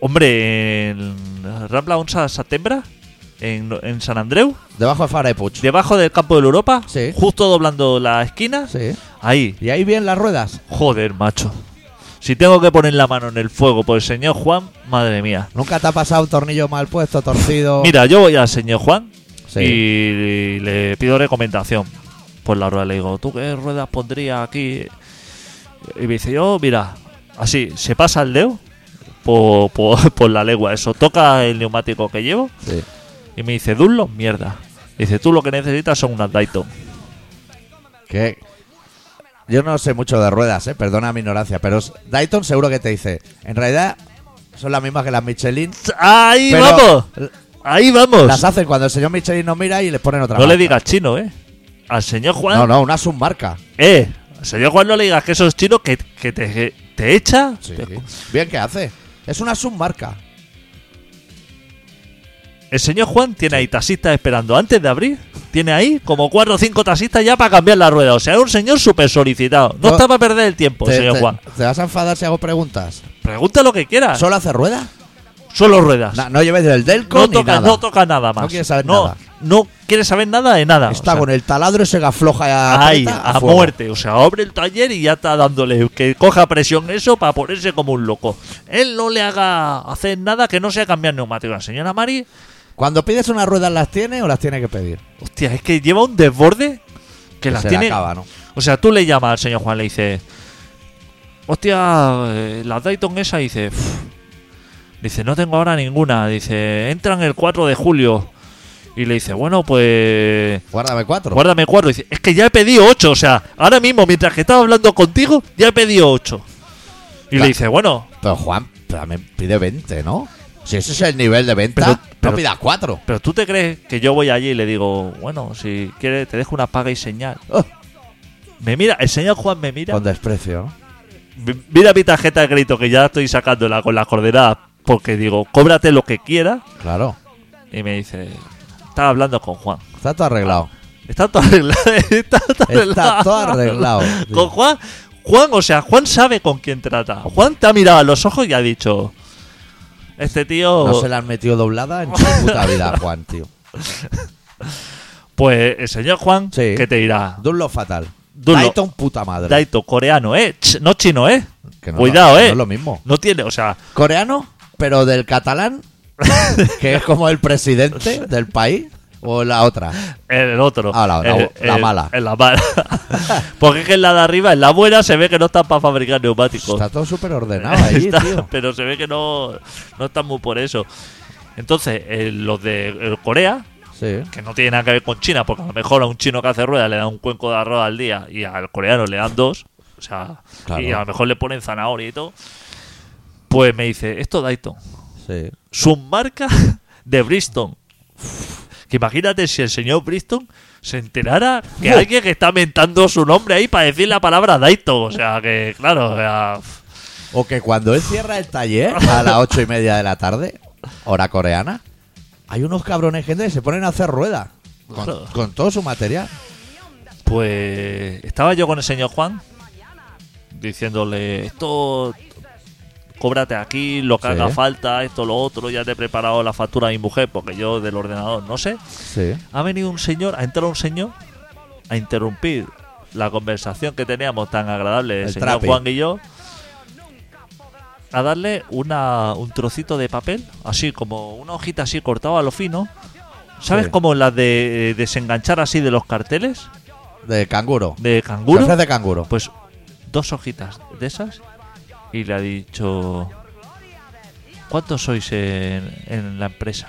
[SPEAKER 2] Hombre, en Rambla 11 de septiembre, en, en San Andreu,
[SPEAKER 1] Debajo de Fara y Puig.
[SPEAKER 2] debajo del campo del Europa,
[SPEAKER 1] Sí.
[SPEAKER 2] justo doblando la esquina.
[SPEAKER 1] Sí.
[SPEAKER 2] Ahí,
[SPEAKER 1] ¿Y ahí bien las ruedas?
[SPEAKER 2] joder, macho. Si tengo que poner la mano en el fuego por el señor Juan, madre mía.
[SPEAKER 1] ¿Nunca te ha pasado un tornillo mal puesto, torcido?
[SPEAKER 2] Mira, yo voy al señor Juan
[SPEAKER 1] Oh. Sí.
[SPEAKER 2] y le pido recomendación por la rueda. Le digo, ¿tú qué ruedas pondrías aquí? Y me dice, yo, mira, así, se pasa el dedo por, por- por la legua, eso, toca el neumático que llevo
[SPEAKER 1] Sí.
[SPEAKER 2] y me dice, Dunlop, mierda. Dice, tú lo que necesitas son unas Dayton.
[SPEAKER 1] Que yo no sé mucho de ruedas, ¿eh? perdona mi ignorancia, pero s- Dayton seguro que te dice, en realidad son las mismas que las Michelin.
[SPEAKER 2] ¡Ahí
[SPEAKER 1] Pero-
[SPEAKER 2] vamos! ¡Ahí vamos!
[SPEAKER 1] Las hacen cuando el señor Michelin no mira y les ponen otra.
[SPEAKER 2] No le
[SPEAKER 1] marca.
[SPEAKER 2] digas chino, ¿eh? Al señor Juan,
[SPEAKER 1] No, no, una submarca.
[SPEAKER 2] ¡eh! Al señor Juan no le digas que eso es chino, que, que te, que te echa.
[SPEAKER 1] Sí. Bien que hace. Es una submarca.
[SPEAKER 2] El señor Juan tiene ahí taxistas esperando antes de abrir. Tiene ahí como cuatro o cinco taxistas ya para cambiar la rueda. O sea, es un señor súper solicitado.
[SPEAKER 1] No.
[SPEAKER 2] No está para perder el tiempo,
[SPEAKER 1] te,
[SPEAKER 2] Pues, señor
[SPEAKER 1] te-
[SPEAKER 2] Juan. Ah.
[SPEAKER 1] te vas a enfadar si hago preguntas.
[SPEAKER 2] Pregunta lo que quieras.
[SPEAKER 1] ¿Solo hace ruedas?
[SPEAKER 2] Solo ruedas.
[SPEAKER 1] Na- no lleves el Delco
[SPEAKER 2] no,
[SPEAKER 1] ni
[SPEAKER 2] toca,
[SPEAKER 1] nada.
[SPEAKER 2] no toca nada más.
[SPEAKER 1] No quiere saber
[SPEAKER 2] no,
[SPEAKER 1] nada.
[SPEAKER 2] No quiere saber nada de nada.
[SPEAKER 1] Está
[SPEAKER 2] O sea,
[SPEAKER 1] con el taladro y se afloja a,
[SPEAKER 2] ahí,
[SPEAKER 1] aprieta,
[SPEAKER 2] a
[SPEAKER 1] fuego.
[SPEAKER 2] muerte. O sea, abre el taller y ya está dándole que coja presión eso para ponerse como un loco. Él no le haga hacer nada que no sea cambiar neumáticos. La señora Mari
[SPEAKER 1] Cuando pides unas ruedas, ¿las tiene o las tiene que pedir?
[SPEAKER 2] Hostia, es que lleva un desborde que las
[SPEAKER 1] se le
[SPEAKER 2] tiene.
[SPEAKER 1] acaba, ¿no?
[SPEAKER 2] O sea, tú le llamas al señor Juan, le dices. Hostia, eh, la Dayton esa, dice. "Uf". Dice, no tengo ahora ninguna. Dice, entran el 4 de julio. Y le dice, bueno, pues.
[SPEAKER 1] Guárdame cuatro.
[SPEAKER 2] Guárdame cuatro. Dice, es que ya he pedido ocho. O sea, ahora mismo, mientras que estaba hablando contigo, ya he pedido ocho. Y
[SPEAKER 1] Claro.
[SPEAKER 2] le dice, bueno,
[SPEAKER 1] Pero Juan también pide 20, ¿no? Si ese es el nivel de venta,
[SPEAKER 2] Pero- pero-
[SPEAKER 1] no pidas 4.
[SPEAKER 2] pero tú te crees que yo voy allí y le digo, bueno, si quieres, te dejo una paga y señal. Me mira, el señor Juan me mira.
[SPEAKER 1] Con desprecio, ¿no?
[SPEAKER 2] Mi- Mira mi tarjeta de crédito que ya estoy sacándola con las coordenadas porque digo, cóbrate lo que quieras.
[SPEAKER 1] Claro.
[SPEAKER 2] Y me dice, estaba hablando con Juan.
[SPEAKER 1] Está todo arreglado.
[SPEAKER 2] Está todo arreglado. Está todo arreglado.
[SPEAKER 1] Está todo arreglado.
[SPEAKER 2] Con Juan, Juan, o sea, Juan sabe con quién trata. Juan te ha mirado a los ojos y ha dicho: Este tío.
[SPEAKER 1] No se la han metido doblada en su puta vida, Juan, tío.
[SPEAKER 2] Pues el señor Juan,
[SPEAKER 1] Sí.
[SPEAKER 2] que te dirá:
[SPEAKER 1] Dunlop fatal.
[SPEAKER 2] Dunlop.
[SPEAKER 1] Dayton puta madre.
[SPEAKER 2] Daito, coreano, ¿eh? Ch, no chino, ¿eh?
[SPEAKER 1] Que no es
[SPEAKER 2] Cuidado,
[SPEAKER 1] lo-
[SPEAKER 2] ¿eh?
[SPEAKER 1] No es lo mismo.
[SPEAKER 2] No tiene, o sea,
[SPEAKER 1] Coreano, pero del catalán, que es como el presidente del país, o la otra.
[SPEAKER 2] el otro.
[SPEAKER 1] Ah, la- la-
[SPEAKER 2] El-
[SPEAKER 1] la
[SPEAKER 2] el-
[SPEAKER 1] mala.
[SPEAKER 2] el la mala. Porque es que en la de arriba, en la buena, se ve que no está para fabricar neumáticos.
[SPEAKER 1] Está todo súper ordenado ahí,
[SPEAKER 2] Está-
[SPEAKER 1] tío.
[SPEAKER 2] Pero se ve que no, no están muy por eso. Entonces, eh, los de eh, Corea,
[SPEAKER 1] Sí.
[SPEAKER 2] que no tiene nada que ver con China, porque a lo mejor a un chino que hace rueda le dan un cuenco de arroz al día y al coreano le dan dos, o sea,
[SPEAKER 1] Claro.
[SPEAKER 2] y a lo mejor le ponen zanahoria y todo. Pues me dice, esto Dayton,
[SPEAKER 1] Sí.
[SPEAKER 2] submarca de Bristol. Que imagínate si el señor Bristol se enterara que
[SPEAKER 1] Buah.
[SPEAKER 2] alguien que está mentando su nombre ahí para decir la palabra Dayton. O sea, que claro, o sea,
[SPEAKER 1] O que cuando él cierra el taller a las ocho y media de la tarde, hora coreana, hay unos cabrones gente que se ponen a hacer ruedas con,
[SPEAKER 2] Claro.
[SPEAKER 1] con todo su material.
[SPEAKER 2] Pues estaba yo con el señor Juan diciéndole esto cóbrate aquí, lo que
[SPEAKER 1] Sí.
[SPEAKER 2] haga falta, esto, lo otro, ya te he preparado la factura a mi mujer, porque yo del ordenador no sé.
[SPEAKER 1] Sí.
[SPEAKER 2] Ha venido un señor, ha entrado un señor a interrumpir la conversación que teníamos tan agradable el,
[SPEAKER 1] El
[SPEAKER 2] señor
[SPEAKER 1] trapi.
[SPEAKER 2] Juan y yo, a darle una, un trocito de papel, así como una hojita así cortada a lo fino. ¿Sabes
[SPEAKER 1] Sí.
[SPEAKER 2] como las de eh, desenganchar así de los carteles
[SPEAKER 1] De canguro.
[SPEAKER 2] de canguro?
[SPEAKER 1] Cafés de canguro.
[SPEAKER 2] Pues dos hojitas de esas y le ha dicho, ¿cuántos sois en, en la empresa?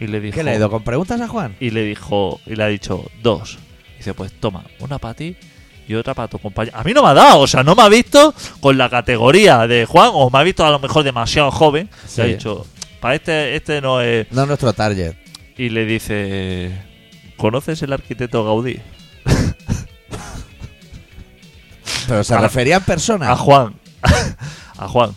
[SPEAKER 2] Y le dijo,
[SPEAKER 1] ¿Qué le he ido con preguntas a Juan?
[SPEAKER 2] y le dijo, y le ha dicho, dos. dice, pues toma, una para ti y otra para tu compañero. A mí no me ha dado, o sea, no me ha visto con la categoría de Juan o me ha visto a lo mejor demasiado joven.
[SPEAKER 1] Sí.
[SPEAKER 2] Le ha dicho, para este, este no es.
[SPEAKER 1] No es nuestro target.
[SPEAKER 2] Y le dice, ¿conoces el arquitecto Gaudí?
[SPEAKER 1] Pero se
[SPEAKER 2] A-
[SPEAKER 1] refería en persona.
[SPEAKER 2] A Juan. a Juan.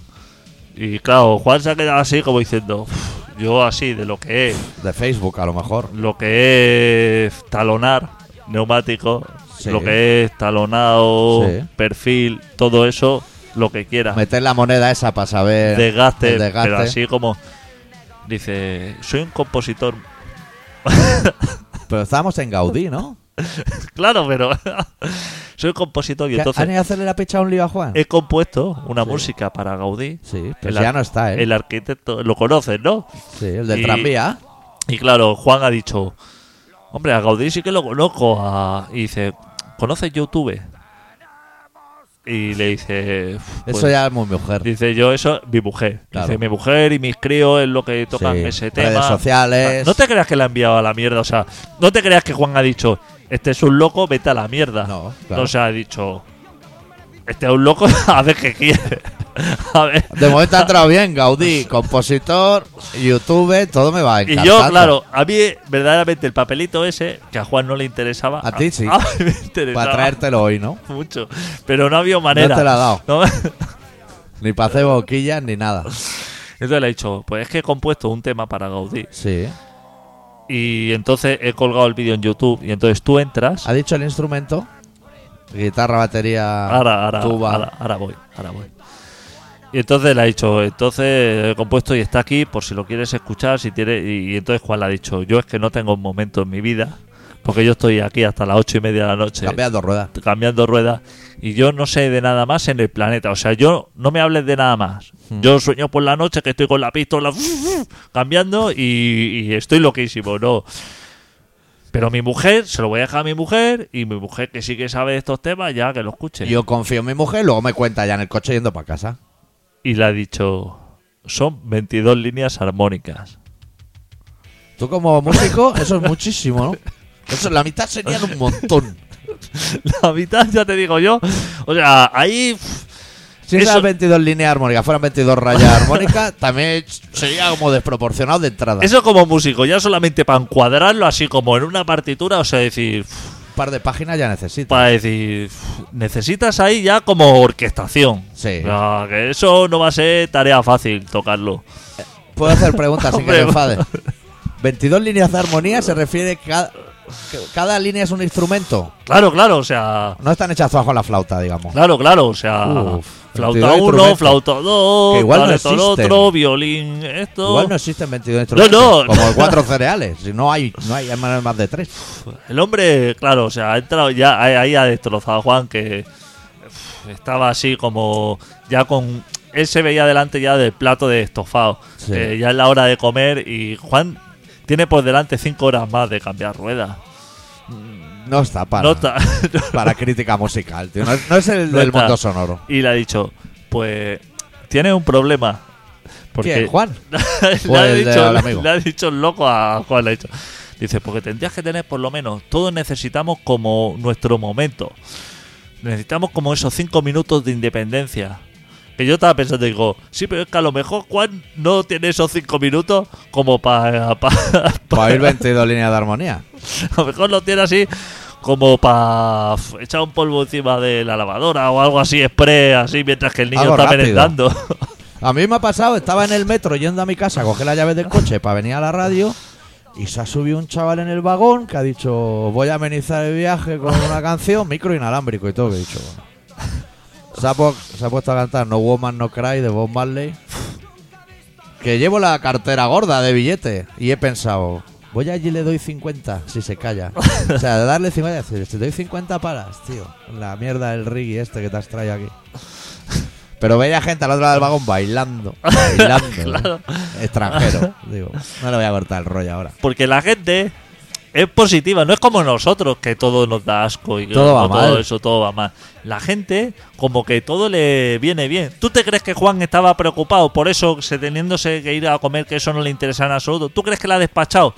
[SPEAKER 2] Y claro, Juan se ha quedado así como diciendo, "Uf, yo así, de lo que es,
[SPEAKER 1] De Facebook, a lo mejor.
[SPEAKER 2] lo que es talonar neumático,
[SPEAKER 1] Sí.
[SPEAKER 2] lo que es talonado,
[SPEAKER 1] Sí.
[SPEAKER 2] perfil, todo eso, lo que quieras.
[SPEAKER 1] Meter la moneda esa para saber.
[SPEAKER 2] desgaste,
[SPEAKER 1] el desgaste.
[SPEAKER 2] pero así como dice, soy un compositor.
[SPEAKER 1] Pero estábamos en Gaudí, ¿no?
[SPEAKER 2] claro, pero soy un compositor y
[SPEAKER 1] ¿Que ¿Han
[SPEAKER 2] entonces
[SPEAKER 1] ido a hacerle la picha a un lío a Juan?
[SPEAKER 2] he compuesto una música para Gaudí.
[SPEAKER 1] sí,
[SPEAKER 2] el
[SPEAKER 1] pero
[SPEAKER 2] ar-
[SPEAKER 1] ya no está, ¿eh?
[SPEAKER 2] El arquitecto, lo conoces, ¿no?
[SPEAKER 1] sí, el del
[SPEAKER 2] y-
[SPEAKER 1] tranvía.
[SPEAKER 2] Y claro, Juan ha dicho, hombre, a Gaudí sí que lo conozco. a-". Y dice, ¿conoces YouTube? Y le dice, "Pues,
[SPEAKER 1] Eso ya es muy mujer.
[SPEAKER 2] dice yo eso, mi mujer.
[SPEAKER 1] Claro.
[SPEAKER 2] Dice, mi mujer y mis críos es lo que tocan
[SPEAKER 1] Sí,
[SPEAKER 2] ese
[SPEAKER 1] redes
[SPEAKER 2] tema.
[SPEAKER 1] sociales.
[SPEAKER 2] No te creas que la ha enviado a la mierda, o sea, no te creas que Juan ha dicho, este es un loco, vete a la mierda.
[SPEAKER 1] No, claro.
[SPEAKER 2] O sea, ha dicho, este es un loco, a ver qué quiere. a ver.
[SPEAKER 1] De momento ha entrado bien, Gaudí, compositor, YouTube, todo me va
[SPEAKER 2] Y
[SPEAKER 1] encantando.
[SPEAKER 2] yo, claro, a mí verdaderamente el papelito ese, que a Juan no le interesaba.
[SPEAKER 1] A ti sí.
[SPEAKER 2] A mí me interesaba
[SPEAKER 1] Para traértelo hoy, ¿no?
[SPEAKER 2] mucho. Pero no había manera.
[SPEAKER 1] No te la ha dado.
[SPEAKER 2] No.
[SPEAKER 1] Ni para hacer boquillas ni nada.
[SPEAKER 2] Entonces le he dicho, pues es que he compuesto un tema para Gaudí.
[SPEAKER 1] Sí.
[SPEAKER 2] Y entonces he colgado el vídeo en YouTube. Y entonces tú entras.
[SPEAKER 1] ¿Ha dicho el instrumento? Guitarra, batería,
[SPEAKER 2] Ahora, ahora,
[SPEAKER 1] tuba.
[SPEAKER 2] ahora, ahora voy, ahora voy. Y entonces le ha dicho, entonces he compuesto y está aquí por si lo quieres escuchar, si tienes... Y, y entonces Juan le ha dicho, yo es que no tengo un momento en mi vida, porque yo estoy aquí hasta las ocho y media de la noche.
[SPEAKER 1] Cambias dos ruedas.
[SPEAKER 2] cambiando ruedas y yo no sé de nada más en el planeta. O sea, yo no me hables de nada más. Yo sueño por la noche que estoy con la pistola cambiando y, y estoy loquísimo, ¿no? Pero mi mujer, se lo voy a dejar a mi mujer y mi mujer que sí que sabe de estos temas, ya que lo escuche.
[SPEAKER 1] Yo confío en mi mujer, luego me cuenta ya en el coche yendo para casa.
[SPEAKER 2] Y le ha dicho, son 22 líneas armónicas.
[SPEAKER 1] Tú como músico, eso es muchísimo, ¿no? Eso, la mitad sería de un montón.
[SPEAKER 2] La mitad, ya te digo yo. O sea, ahí...
[SPEAKER 1] Si
[SPEAKER 2] Eso-
[SPEAKER 1] esas 22 líneas armónicas fueran 22 rayas armónicas, también sería como desproporcionado de entrada.
[SPEAKER 2] Eso como músico, ya solamente para encuadrarlo así como en una partitura, o sea, decir...
[SPEAKER 1] Un par de páginas ya necesito.
[SPEAKER 2] para decir, necesitas ahí ya como orquestación.
[SPEAKER 1] Sí.
[SPEAKER 2] O sea, que eso no va a ser tarea fácil tocarlo.
[SPEAKER 1] Puedo hacer preguntas sin que
[SPEAKER 2] Hombre,
[SPEAKER 1] te enfades. 22 líneas de armonía se refiere cada, Cada línea es un instrumento.
[SPEAKER 2] Claro, claro, o sea.
[SPEAKER 1] No están hechas todas con la flauta, digamos.
[SPEAKER 2] Claro, claro, o sea.
[SPEAKER 1] Uf,
[SPEAKER 2] flauta
[SPEAKER 1] 22
[SPEAKER 2] 1,
[SPEAKER 1] instrumentos.
[SPEAKER 2] flauta 2,
[SPEAKER 1] Que igual no existen.
[SPEAKER 2] otro, violín, esto.
[SPEAKER 1] Igual no existen 22 instrumentos.
[SPEAKER 2] no.
[SPEAKER 1] Como cuatro cereales. Si no hay, no hay más de tres.
[SPEAKER 2] El hombre, claro, o sea, ha entrado ya, ahí, ahí ha destrozado a Juan, que uf, estaba así como ya con... Él se veía delante ya del plato de estofado.
[SPEAKER 1] Sí.
[SPEAKER 2] Eh, ya es la hora de comer y Juan tiene por delante cinco horas más de cambiar ruedas.
[SPEAKER 1] No está para,
[SPEAKER 2] No ta-
[SPEAKER 1] para crítica musical, tío. No, es- no es el
[SPEAKER 2] No
[SPEAKER 1] del
[SPEAKER 2] está.
[SPEAKER 1] mundo sonoro.
[SPEAKER 2] y le ha dicho, pues tiene un problema. Porque
[SPEAKER 1] ¿Quién, Juan?
[SPEAKER 2] le,
[SPEAKER 1] O
[SPEAKER 2] ha
[SPEAKER 1] el de
[SPEAKER 2] dicho,
[SPEAKER 1] al amigo.
[SPEAKER 2] le ha dicho el loco a Juan, le ha dicho. Dice, porque tendrías que tener por lo menos, todos necesitamos como nuestro momento. Necesitamos como esos cinco minutos de independencia. Que yo estaba pensando, digo, sí, pero es que a lo mejor Juan no tiene esos cinco minutos como para...
[SPEAKER 1] Para ir 22 Pues líneas de armonía.
[SPEAKER 2] a lo mejor lo tiene así como para echar un polvo encima de la lavadora o algo así express, así mientras que el niño
[SPEAKER 1] Algo
[SPEAKER 2] está
[SPEAKER 1] rápido.
[SPEAKER 2] merendando.
[SPEAKER 1] A mí me ha pasado, estaba en el metro yendo a mi casa, cogí la llave del coche para venir a la radio y se ha subido un chaval en el vagón que ha dicho voy a amenizar el viaje con una canción, micro inalámbrico y todo, que he dicho. bueno. Se ha, pu- se ha puesto a cantar No Woman No Cry de Bob Marley. Que llevo la cartera gorda de billete y he pensado, voy allí y le doy 50 si se calla. O sea, de darle 50 decir, si te doy 50 paras, tío. La mierda del reggae este que te has traído aquí. Pero veía gente al otro lado del vagón bailando. Bailando.
[SPEAKER 2] Claro.
[SPEAKER 1] ¿eh? Extranjero. Digo, no le voy a cortar el rollo ahora.
[SPEAKER 2] Porque la gente es positiva, no es como nosotros que todo nos da asco y que
[SPEAKER 1] Todo va
[SPEAKER 2] todo
[SPEAKER 1] mal.
[SPEAKER 2] eso todo va mal. La gente como que todo le viene bien. ¿Tú te crees que Juan estaba preocupado por eso, se teniéndose que ir a comer que eso no le interesa en absoluto? ¿Tú crees que la ha despachado?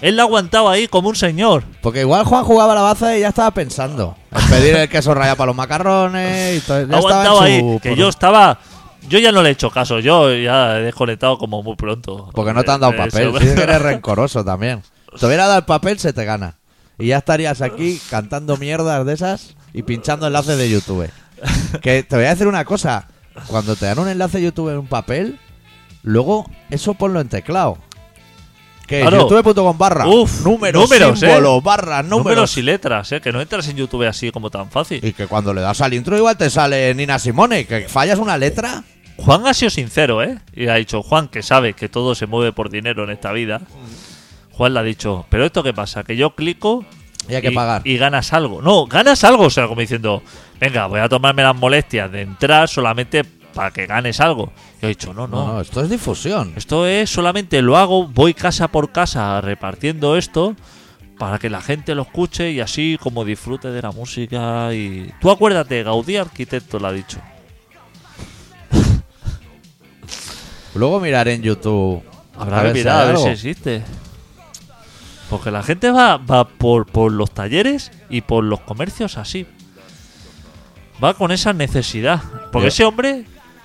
[SPEAKER 2] Él la ha aguantado ahí como un señor.
[SPEAKER 1] Porque igual Juan jugaba la baza y ya estaba pensando en pedir el queso rallado para los macarrones y todo.
[SPEAKER 2] Ha
[SPEAKER 1] Ya estaba en
[SPEAKER 2] aguantado ahí,
[SPEAKER 1] su-
[SPEAKER 2] que yo estaba... Yo ya no le he hecho caso, yo ya he desconectado como muy pronto. Eh,
[SPEAKER 1] Porque no te han dado papel.
[SPEAKER 2] Eso.
[SPEAKER 1] Dices que eres rencoroso también. Te hubiera dado el papel, se te gana. Y ya estarías aquí cantando mierdas de esas y pinchando enlaces de YouTube. Que te voy a decir una cosa. Cuando te dan un enlace de YouTube en un papel, luego eso ponlo en teclado. Que
[SPEAKER 2] Claro.
[SPEAKER 1] youtube.com barra
[SPEAKER 2] Uf,
[SPEAKER 1] números,
[SPEAKER 2] números, ¿eh?
[SPEAKER 1] símbolos, barra, números.
[SPEAKER 2] Números y letras, ¿eh? que no entras en YouTube así como tan fácil.
[SPEAKER 1] y que cuando le das al intro igual te sale Nina Simone, que fallas una letra.
[SPEAKER 2] Juan ha sido sincero, ¿eh? Y ha dicho, Juan, que sabe que todo se mueve por dinero en esta vida. Juan le ha dicho, pero esto qué pasa, que yo clico
[SPEAKER 1] Y hay que pagar.
[SPEAKER 2] y ganas algo. No, ganas algo, o sea, como diciendo, venga, voy a tomarme las molestias de entrar solamente para que ganes algo. Yo he dicho, no,
[SPEAKER 1] No,
[SPEAKER 2] no,
[SPEAKER 1] no, esto es difusión.
[SPEAKER 2] esto es solamente lo hago, voy casa por casa repartiendo esto para que la gente lo escuche y así como disfrute de la música. Y tú acuérdate, Gaudí Arquitecto lo ha dicho.
[SPEAKER 1] Luego miraré en YouTube. a
[SPEAKER 2] Habrá que
[SPEAKER 1] ver si
[SPEAKER 2] mirar
[SPEAKER 1] hay
[SPEAKER 2] a ver si
[SPEAKER 1] algo.
[SPEAKER 2] existe. Porque la gente va, va por, por los talleres y por los comercios así. Va con esa necesidad. Porque
[SPEAKER 1] Yo-
[SPEAKER 2] ese hombre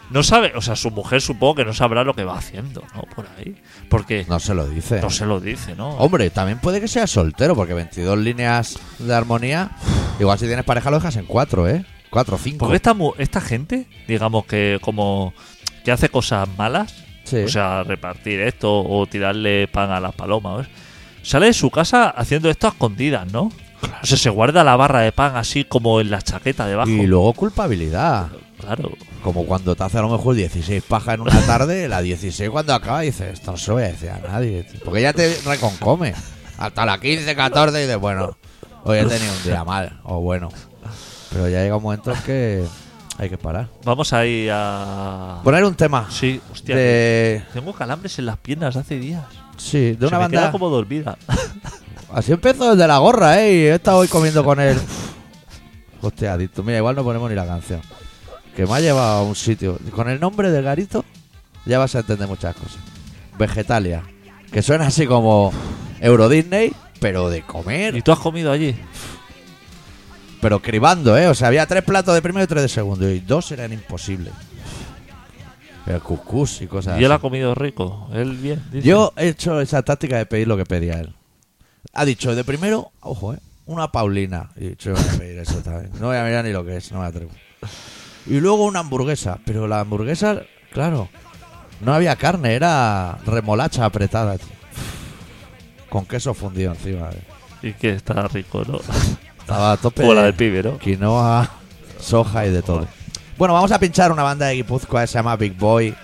[SPEAKER 2] no sabe, o sea, su mujer supongo que no sabrá lo que va haciendo, ¿no? Por ahí. Porque no,
[SPEAKER 1] No se lo dice.
[SPEAKER 2] se lo dice, ¿no?
[SPEAKER 1] Hombre, también puede que sea soltero, porque 22 líneas de armonía. Igual si tienes pareja lo dejas en 4, ¿eh? 4 o 5.
[SPEAKER 2] Porque esta, mu- esta gente, digamos que como que hace cosas malas,
[SPEAKER 1] Sí.
[SPEAKER 2] o sea, repartir esto o tirarle pan a las palomas, ¿ves? sale de su casa haciendo esto a escondidas, ¿no? O sea, se guarda la barra de pan así como en la chaqueta debajo.
[SPEAKER 1] y luego culpabilidad.
[SPEAKER 2] Claro.
[SPEAKER 1] Como cuando te hace a lo mejor 16 pajas en una tarde, la 16 cuando acaba dices, esto no se lo voy a decir a nadie. tío". Porque ya te reconcome. Hasta la 15, 14 y dices, bueno, hoy he tenido un día mal, o bueno. Pero ya llega un momento en que hay que parar.
[SPEAKER 2] Vamos ahí a...
[SPEAKER 1] Poner un tema
[SPEAKER 2] Sí, hostia.
[SPEAKER 1] de...
[SPEAKER 2] Tengo calambres en las piernas de hace días.
[SPEAKER 1] Sí, de
[SPEAKER 2] se
[SPEAKER 1] una
[SPEAKER 2] me
[SPEAKER 1] banda...
[SPEAKER 2] queda como dormida.
[SPEAKER 1] Así empezó el de la gorra, ¿eh? Y he estado hoy comiendo con él. Hostia, adicto. Mira, igual no ponemos ni la canción. Que me ha llevado a un sitio. Con el nombre del garito ya vas a entender muchas cosas. Vegetalia. Que suena así como Euro Disney, pero de
[SPEAKER 2] ¿Y
[SPEAKER 1] comer.
[SPEAKER 2] tú has comido allí?
[SPEAKER 1] Pero cribando, ¿eh? O sea, había tres platos de primero y tres de segundo. Y dos eran imposibles. Pero cuscús y cosas
[SPEAKER 2] Y él
[SPEAKER 1] así.
[SPEAKER 2] ha comido rico. Él bien.
[SPEAKER 1] Ah,
[SPEAKER 2] dice.
[SPEAKER 1] Yo he hecho esa táctica de pedir lo que pedía él. Ha dicho de primero, ojo, eh, una Paulina. Y he dicho, yo voy a pedir eso también. No voy a mirar ni lo que es, no me atrevo. Y luego una hamburguesa. Pero la hamburguesa, claro, no había carne, era remolacha apretada. tío. Con queso fundido encima. eh.
[SPEAKER 2] Y que está rico, ¿no?
[SPEAKER 1] Estaba a tope.
[SPEAKER 2] Bola
[SPEAKER 1] de
[SPEAKER 2] de pibe, ¿no?
[SPEAKER 1] Quinoa, soja y de todo. Bueno, vamos a pinchar una banda de Guipúzcoa que se llama Big Boy,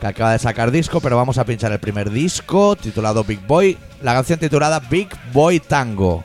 [SPEAKER 1] que acaba de sacar disco, pero vamos a pinchar el primer disco titulado Big Boy, la canción titulada Big Boy Tango.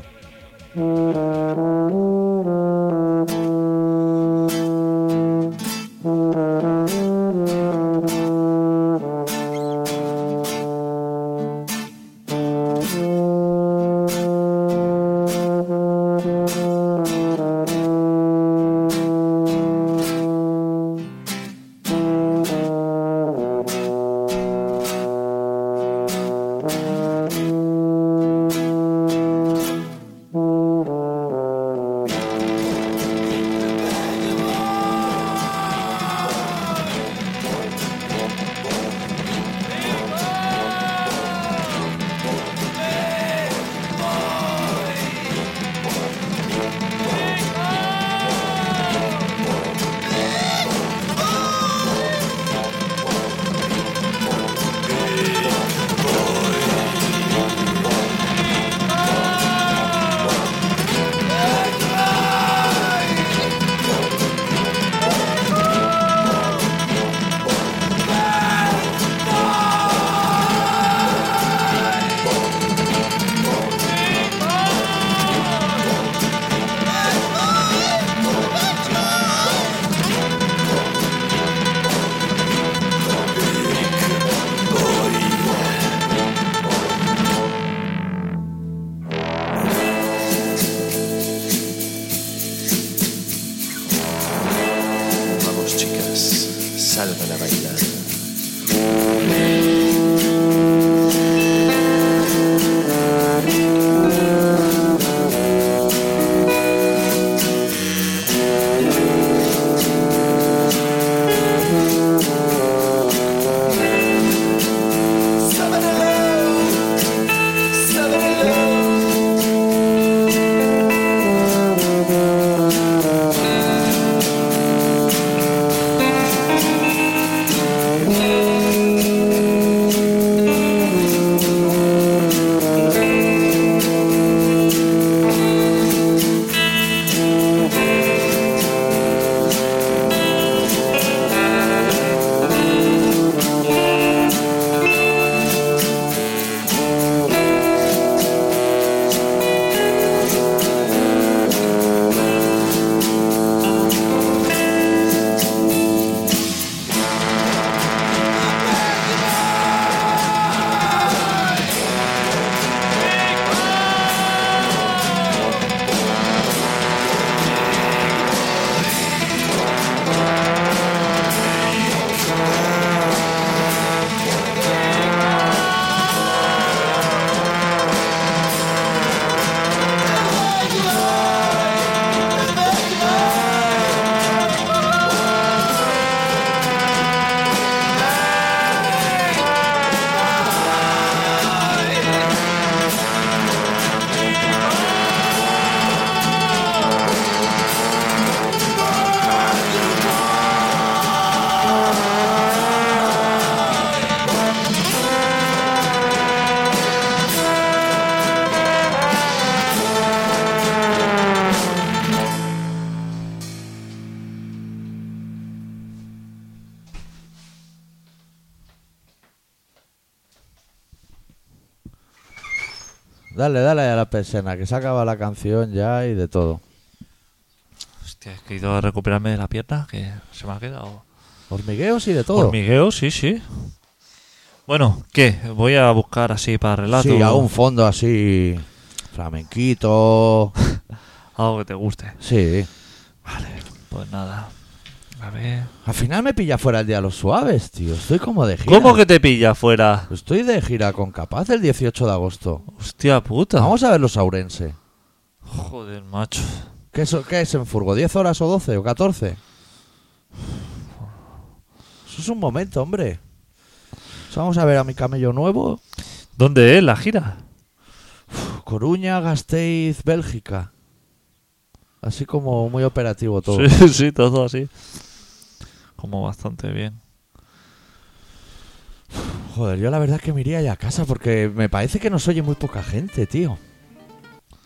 [SPEAKER 3] Vamos chicas, salgan a bailar.
[SPEAKER 1] Dale, dale a la persona, que se acaba la canción ya y de todo.
[SPEAKER 2] Hostia, es que he ido a recuperarme de la pierna que se me ha quedado.
[SPEAKER 1] Hormigueos y de todo.
[SPEAKER 2] Hormigueo, sí, sí. Bueno, ¿qué? Voy a buscar así para relato.
[SPEAKER 1] sí, a un fondo así flamenquito.
[SPEAKER 2] Algo que te guste.
[SPEAKER 1] Sí.
[SPEAKER 2] Vale, pues nada. A ver.
[SPEAKER 1] Al final me pilla fuera el día a los suaves, tío. Estoy como de gira.
[SPEAKER 2] ¿Cómo que te pilla afuera?
[SPEAKER 1] Estoy de gira con Capaz el 18 de agosto.
[SPEAKER 2] Hostia puta.
[SPEAKER 1] Vamos a ver los Aurense.
[SPEAKER 2] Joder, macho.
[SPEAKER 1] ¿Qué es, qué es en Furgo? ¿10 horas o 12 o 14? Eso es un momento, hombre. Eso Vamos a ver a mi camello nuevo.
[SPEAKER 2] ¿Dónde es la gira?
[SPEAKER 1] Coruña, Gasteiz, Bélgica. Así como muy operativo todo.
[SPEAKER 2] Sí, sí, todo así. Como bastante bien.
[SPEAKER 1] Joder, yo la verdad es que me iría ya a casa porque me parece que nos oye muy poca gente, tío.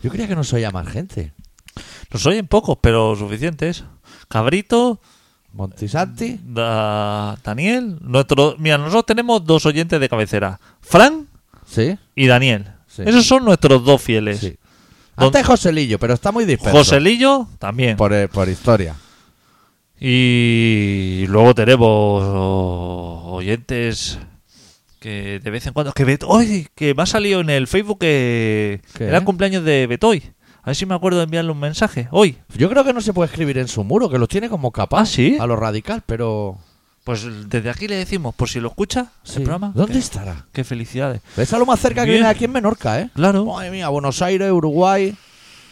[SPEAKER 1] Yo creía que no soy oía más gente.
[SPEAKER 2] Nos oyen pocos, pero suficientes. Cabrito,
[SPEAKER 1] Montisanti.
[SPEAKER 2] da- Daniel. Nuestro, mira, nosotros tenemos dos oyentes de cabecera: Fran
[SPEAKER 1] Sí.
[SPEAKER 2] y Daniel.
[SPEAKER 1] Sí.
[SPEAKER 2] Esos son nuestros dos fieles.
[SPEAKER 1] sí.
[SPEAKER 2] Don-
[SPEAKER 1] Antes Joselillo, pero está muy disperso.
[SPEAKER 2] Joselillo también.
[SPEAKER 1] Por, eh, por historia.
[SPEAKER 2] Y luego tenemos o- oyentes que de vez en cuando. Que Bet- ¡Ay! Que me ha salido en el Facebook que
[SPEAKER 1] ¿Qué?
[SPEAKER 2] era el cumpleaños de Betoy. A ver si me acuerdo de enviarle un mensaje. Hoy.
[SPEAKER 1] Yo creo que no se puede escribir en su muro, que los tiene como capaz
[SPEAKER 2] Ah, ¿sí?
[SPEAKER 1] a lo radical, pero.
[SPEAKER 2] Pues desde aquí le decimos, por si lo escucha,
[SPEAKER 1] Sí.
[SPEAKER 2] el programa.
[SPEAKER 1] ¿Dónde
[SPEAKER 2] que-
[SPEAKER 1] estará?
[SPEAKER 2] Qué felicidades.
[SPEAKER 1] Es a lo más cerca que
[SPEAKER 2] Bien.
[SPEAKER 1] viene aquí en Menorca, ¿eh?
[SPEAKER 2] Claro.
[SPEAKER 1] Madre mía, Buenos Aires, Uruguay,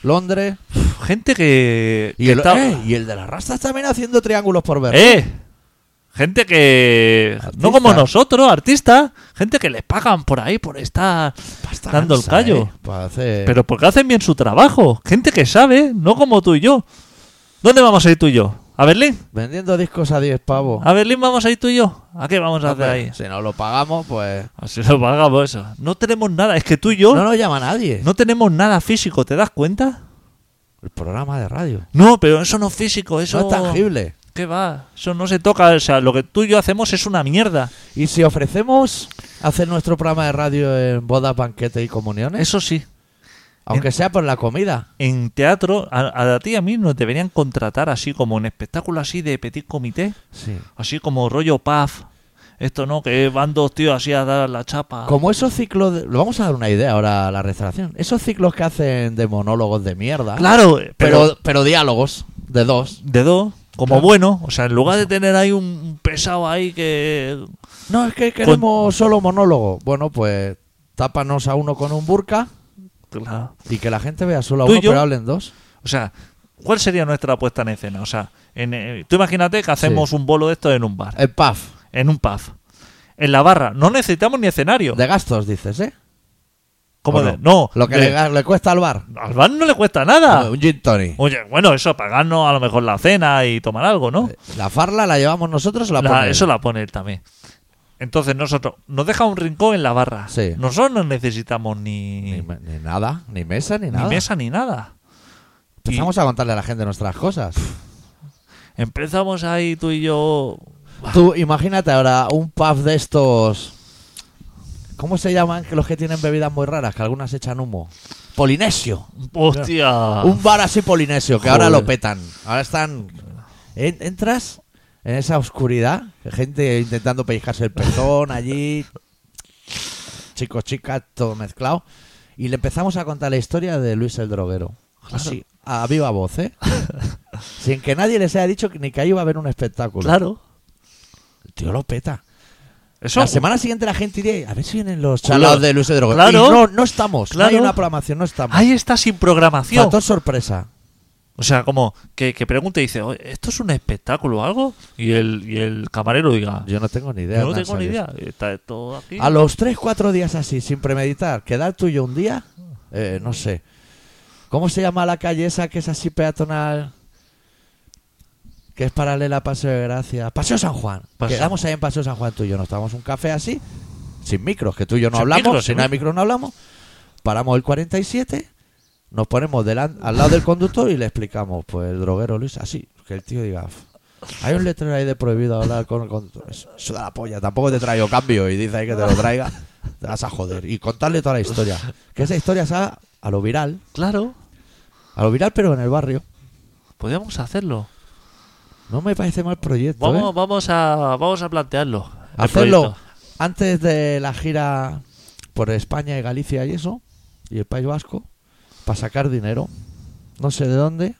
[SPEAKER 1] Londres.
[SPEAKER 2] Gente que.
[SPEAKER 1] Y
[SPEAKER 2] que
[SPEAKER 1] el,
[SPEAKER 2] está-
[SPEAKER 1] eh, y el de las rastas también haciendo triángulos por ver.
[SPEAKER 2] ¡Eh! Gente que.
[SPEAKER 1] Artista.
[SPEAKER 2] No como nosotros, artistas. Gente que les pagan por ahí por estar
[SPEAKER 1] Pasta
[SPEAKER 2] dando el
[SPEAKER 1] gansa,
[SPEAKER 2] callo.
[SPEAKER 1] eh, para hacer-
[SPEAKER 2] Pero porque hacen bien su trabajo. Gente que sabe, no como tú y yo. ¿Dónde vamos a ir tú y yo? ¿A Berlín?
[SPEAKER 1] Vendiendo discos a 10 pavos.
[SPEAKER 2] ¿A Berlín vamos a ir tú y yo? ¿A qué vamos a hacer
[SPEAKER 1] Hombre,
[SPEAKER 2] Ah, pues ahí?
[SPEAKER 1] Si no lo pagamos, pues.
[SPEAKER 2] Así lo pagamos eso. No tenemos nada. Es que tú y yo
[SPEAKER 1] No
[SPEAKER 2] no,
[SPEAKER 1] nos llama nadie.
[SPEAKER 2] tenemos nada físico, ¿te das cuenta?
[SPEAKER 1] El programa de radio.
[SPEAKER 2] No, pero eso no es físico, eso
[SPEAKER 1] Eso es tangible.
[SPEAKER 2] ¿Qué va? Eso no se toca. O sea, lo que tú y yo hacemos es una mierda.
[SPEAKER 1] ¿Y si ofrecemos hacer nuestro programa de radio en bodas, banquetes y comuniones?
[SPEAKER 2] Eso sí.
[SPEAKER 1] Aunque sea por la comida.
[SPEAKER 2] En teatro, a, a ti y a mí nos deberían contratar así como en espectáculo así de petit comité.
[SPEAKER 1] Sí.
[SPEAKER 2] Así como rollo paf. Esto no, que van dos tíos así a dar la chapa.
[SPEAKER 1] Como esos ciclos. de- Le vamos a dar una idea ahora a la restauración. Esos ciclos que hacen de monólogos de mierda.
[SPEAKER 2] Claro, pero,
[SPEAKER 1] Pero, pero diálogos de dos.
[SPEAKER 2] de dos, como
[SPEAKER 1] Claro.
[SPEAKER 2] bueno. O sea, en lugar de tener ahí un pesado ahí que.
[SPEAKER 1] No, es que queremos solo monólogo. Bueno, pues tápanos a uno con un burka
[SPEAKER 2] Claro.
[SPEAKER 1] y que la gente vea solo a
[SPEAKER 2] ¿Tú y
[SPEAKER 1] uno,
[SPEAKER 2] yo?
[SPEAKER 1] pero hablen dos.
[SPEAKER 2] O sea, ¿cuál sería nuestra puesta en escena? O sea, en, eh, tú imagínate que hacemos un bolo de esto en un bar,
[SPEAKER 1] El Eh, PAF.
[SPEAKER 2] en un pub, en la barra. No necesitamos ni escenario.
[SPEAKER 1] De gastos, dices, ¿eh?
[SPEAKER 2] como
[SPEAKER 1] ¿O
[SPEAKER 2] de, no,
[SPEAKER 1] Lo que
[SPEAKER 2] de-
[SPEAKER 1] le, ga- le cuesta al bar.
[SPEAKER 2] al bar no le cuesta nada.
[SPEAKER 1] Un gin tonic.
[SPEAKER 2] Oye, bueno, eso, pagarnos a lo mejor la cena y tomar algo, ¿no?
[SPEAKER 1] Eh, La farla la llevamos nosotros o la,
[SPEAKER 2] La-
[SPEAKER 1] pone él?
[SPEAKER 2] eso la pone él también. Entonces nosotros nos deja un rincón en la barra.
[SPEAKER 1] Sí.
[SPEAKER 2] Nosotros no necesitamos ni,
[SPEAKER 1] Ni,
[SPEAKER 2] ni
[SPEAKER 1] me- ni nada, ni mesa, ni nada.
[SPEAKER 2] mesa ni nada.
[SPEAKER 1] Empezamos a contarle a la gente nuestras cosas.
[SPEAKER 2] Empezamos ahí tú y yo.
[SPEAKER 1] Tú imagínate ahora un pub de estos. ¿Cómo se llaman que los que tienen bebidas muy raras? Que algunas echan humo. Polinesio.
[SPEAKER 2] Hostia.
[SPEAKER 1] Un bar así polinesio, que ahora
[SPEAKER 2] Ah. Joder.
[SPEAKER 1] lo petan. Ahora están. en- Entras en esa oscuridad, gente intentando pellizcarse el pezón allí, chicos, chicas, todo mezclado. Y le empezamos a contar la historia de Luis el Droguero. Así, a viva voz, ¿eh? Sin que nadie les haya dicho que- ni que ahí iba a haber un espectáculo.
[SPEAKER 2] Claro.
[SPEAKER 1] El tío lo peta.
[SPEAKER 2] Eso.
[SPEAKER 1] La semana siguiente la gente iría, a ver si vienen los
[SPEAKER 2] Claro.
[SPEAKER 1] chalados de Luis el Droguero.
[SPEAKER 2] Claro.
[SPEAKER 1] Y no, no estamos. No
[SPEAKER 2] Claro.
[SPEAKER 1] hay una programación, no estamos.
[SPEAKER 2] oh, Ahí está sin programación.
[SPEAKER 1] Factor sorpresa.
[SPEAKER 2] O sea, como que, que pregunte y dice, "Oye, ¿esto es un espectáculo o algo? Y el, y el camarero diga, yo
[SPEAKER 1] Yo no tengo ni idea.
[SPEAKER 2] no
[SPEAKER 1] nada,
[SPEAKER 2] tengo ni
[SPEAKER 1] ¿sabes?
[SPEAKER 2] idea. Está todo aquí.
[SPEAKER 1] A los 3, 4 días así, sin premeditar, quedar tuyo un día, eh, no sé. ¿Cómo se llama la calle esa que es así peatonal? Que es paralela a Paseo de Gracia. Paseo San Juan.
[SPEAKER 2] Paseo.
[SPEAKER 1] Quedamos ahí en Paseo San Juan tú y yo. Nos tomamos un café así, sin micros, que tú y yo no
[SPEAKER 2] Sin
[SPEAKER 1] hablamos.
[SPEAKER 2] micros,
[SPEAKER 1] si
[SPEAKER 2] sin
[SPEAKER 1] no hay
[SPEAKER 2] micros.
[SPEAKER 1] micros no hablamos. Paramos el 47, nos ponemos delan- al lado del conductor y le explicamos, pues el droguero Luis, así, que el tío diga, "Uf, hay un letrero ahí de prohibido hablar con el conductor. Eso, eso da la polla, tampoco te traigo cambio y dice ahí que te lo traiga, te vas a joder. Y contarle toda la historia. Que esa historia sea a lo viral,
[SPEAKER 2] Claro,
[SPEAKER 1] a lo viral pero en el barrio.
[SPEAKER 2] podríamos hacerlo.
[SPEAKER 1] No me parece mal proyecto,
[SPEAKER 2] Vamos,
[SPEAKER 1] ¿eh?
[SPEAKER 2] vamos, a, vamos a plantearlo. el
[SPEAKER 1] Hacerlo
[SPEAKER 2] proyecto.
[SPEAKER 1] antes de la gira por España y Galicia y eso, y el País Vasco, para sacar dinero. No sé de dónde.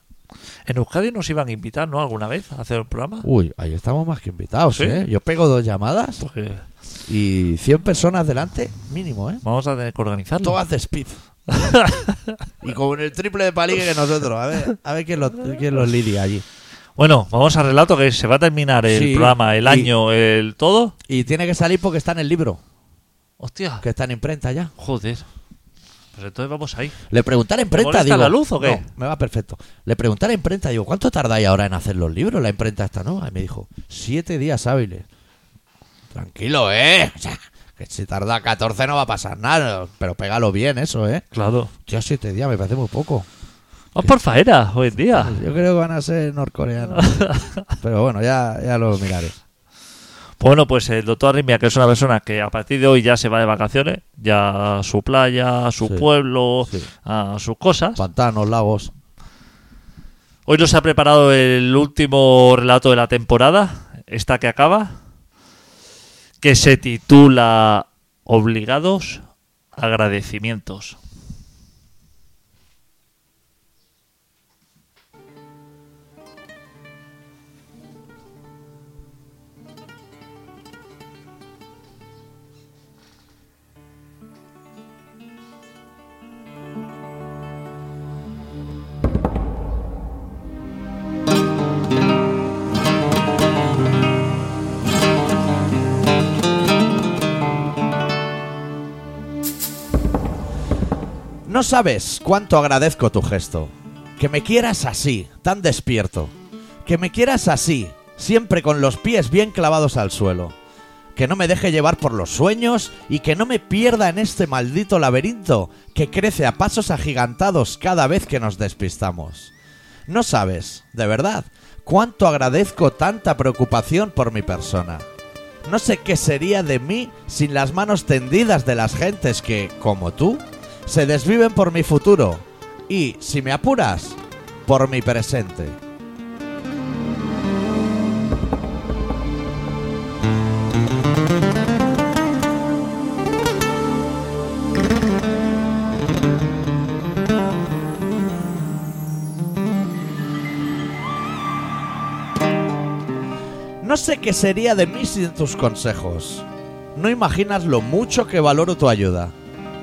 [SPEAKER 2] En Euskadi nos iban a invitar, ¿no? Alguna vez a hacer el programa.
[SPEAKER 1] Uy, ahí estamos más que invitados,
[SPEAKER 2] Sí.
[SPEAKER 1] ¿eh? Yo pego dos llamadas
[SPEAKER 2] Porque
[SPEAKER 1] y 100 personas delante, mínimo, ¿eh?
[SPEAKER 2] vamos a tener que organizarlo.
[SPEAKER 1] Todas de speed. y con el triple de palique que nosotros. A ver, a ver quién los quién los lidia allí.
[SPEAKER 2] Bueno, vamos al relato que se va a terminar el
[SPEAKER 1] Sí,
[SPEAKER 2] programa, el
[SPEAKER 1] y-
[SPEAKER 2] año, el todo.
[SPEAKER 1] Y tiene que salir porque está en el libro,
[SPEAKER 2] Hostia,
[SPEAKER 1] que está en imprenta ya.
[SPEAKER 2] joder. Pues entonces vamos ahí.
[SPEAKER 1] Le pregunté a la imprenta,
[SPEAKER 2] molesta
[SPEAKER 1] digo,
[SPEAKER 2] la luz o qué?
[SPEAKER 1] No, me va perfecto. Le pregunté a la imprenta, digo, ¿cuánto tardáis ahora en hacer los libros, la imprenta esta nueva? Y me dijo, siete días hábiles. Tranquilo, ¿eh? O sea, Que si tarda 14 no va a pasar nada, pero pégalo bien eso, ¿eh?
[SPEAKER 2] Claro.
[SPEAKER 1] Tío, 7 días me parece muy poco.
[SPEAKER 2] Vamos por faena hoy en día.
[SPEAKER 1] Yo creo que van a ser norcoreanos. pero bueno, ya, ya lo miraré.
[SPEAKER 2] Bueno, pues el doctor Arrimia, que es una persona que a partir de hoy ya se va de vacaciones, ya a su playa, a su
[SPEAKER 1] Sí.
[SPEAKER 2] pueblo,
[SPEAKER 1] Sí.
[SPEAKER 2] a sus cosas.
[SPEAKER 1] Pantanos, lagos.
[SPEAKER 2] Hoy nos ha preparado el último relato de la temporada, esta que acaba, que se titula Obligados agradecimientos.
[SPEAKER 1] No sabes cuánto agradezco tu gesto. Que me quieras así, tan despierto. Que me quieras así, siempre con los pies bien clavados al suelo. Que no me deje llevar por los sueños y que no me pierda en este maldito laberinto que crece a pasos agigantados cada vez que nos despistamos. No sabes, de verdad, cuánto agradezco tanta preocupación por mi persona. No sé qué sería de mí sin las manos tendidas de las gentes que, como tú, se desviven por mi futuro y, si me apuras, por mi presente. No sé qué sería de mí sin tus consejos. No imaginas lo mucho que valoro tu ayuda.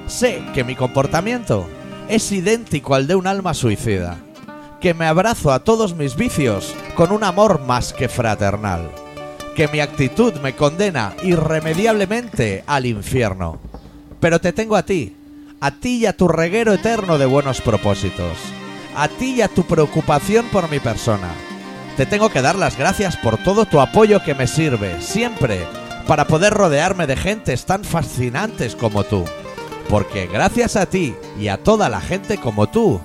[SPEAKER 1] Sé que mi comportamiento es idéntico al de un alma suicida, que me abrazo a todos mis vicios con un amor más que fraternal, que mi actitud me condena irremediablemente al infierno. Pero te tengo a ti, a ti y a tu reguero eterno de buenos propósitos, a ti y a tu preocupación por mi persona. Te tengo que dar las gracias por todo tu apoyo que me sirve, siempre, para poder rodearme de gentes tan fascinantes como tú porque gracias a ti y a toda la gente como tú,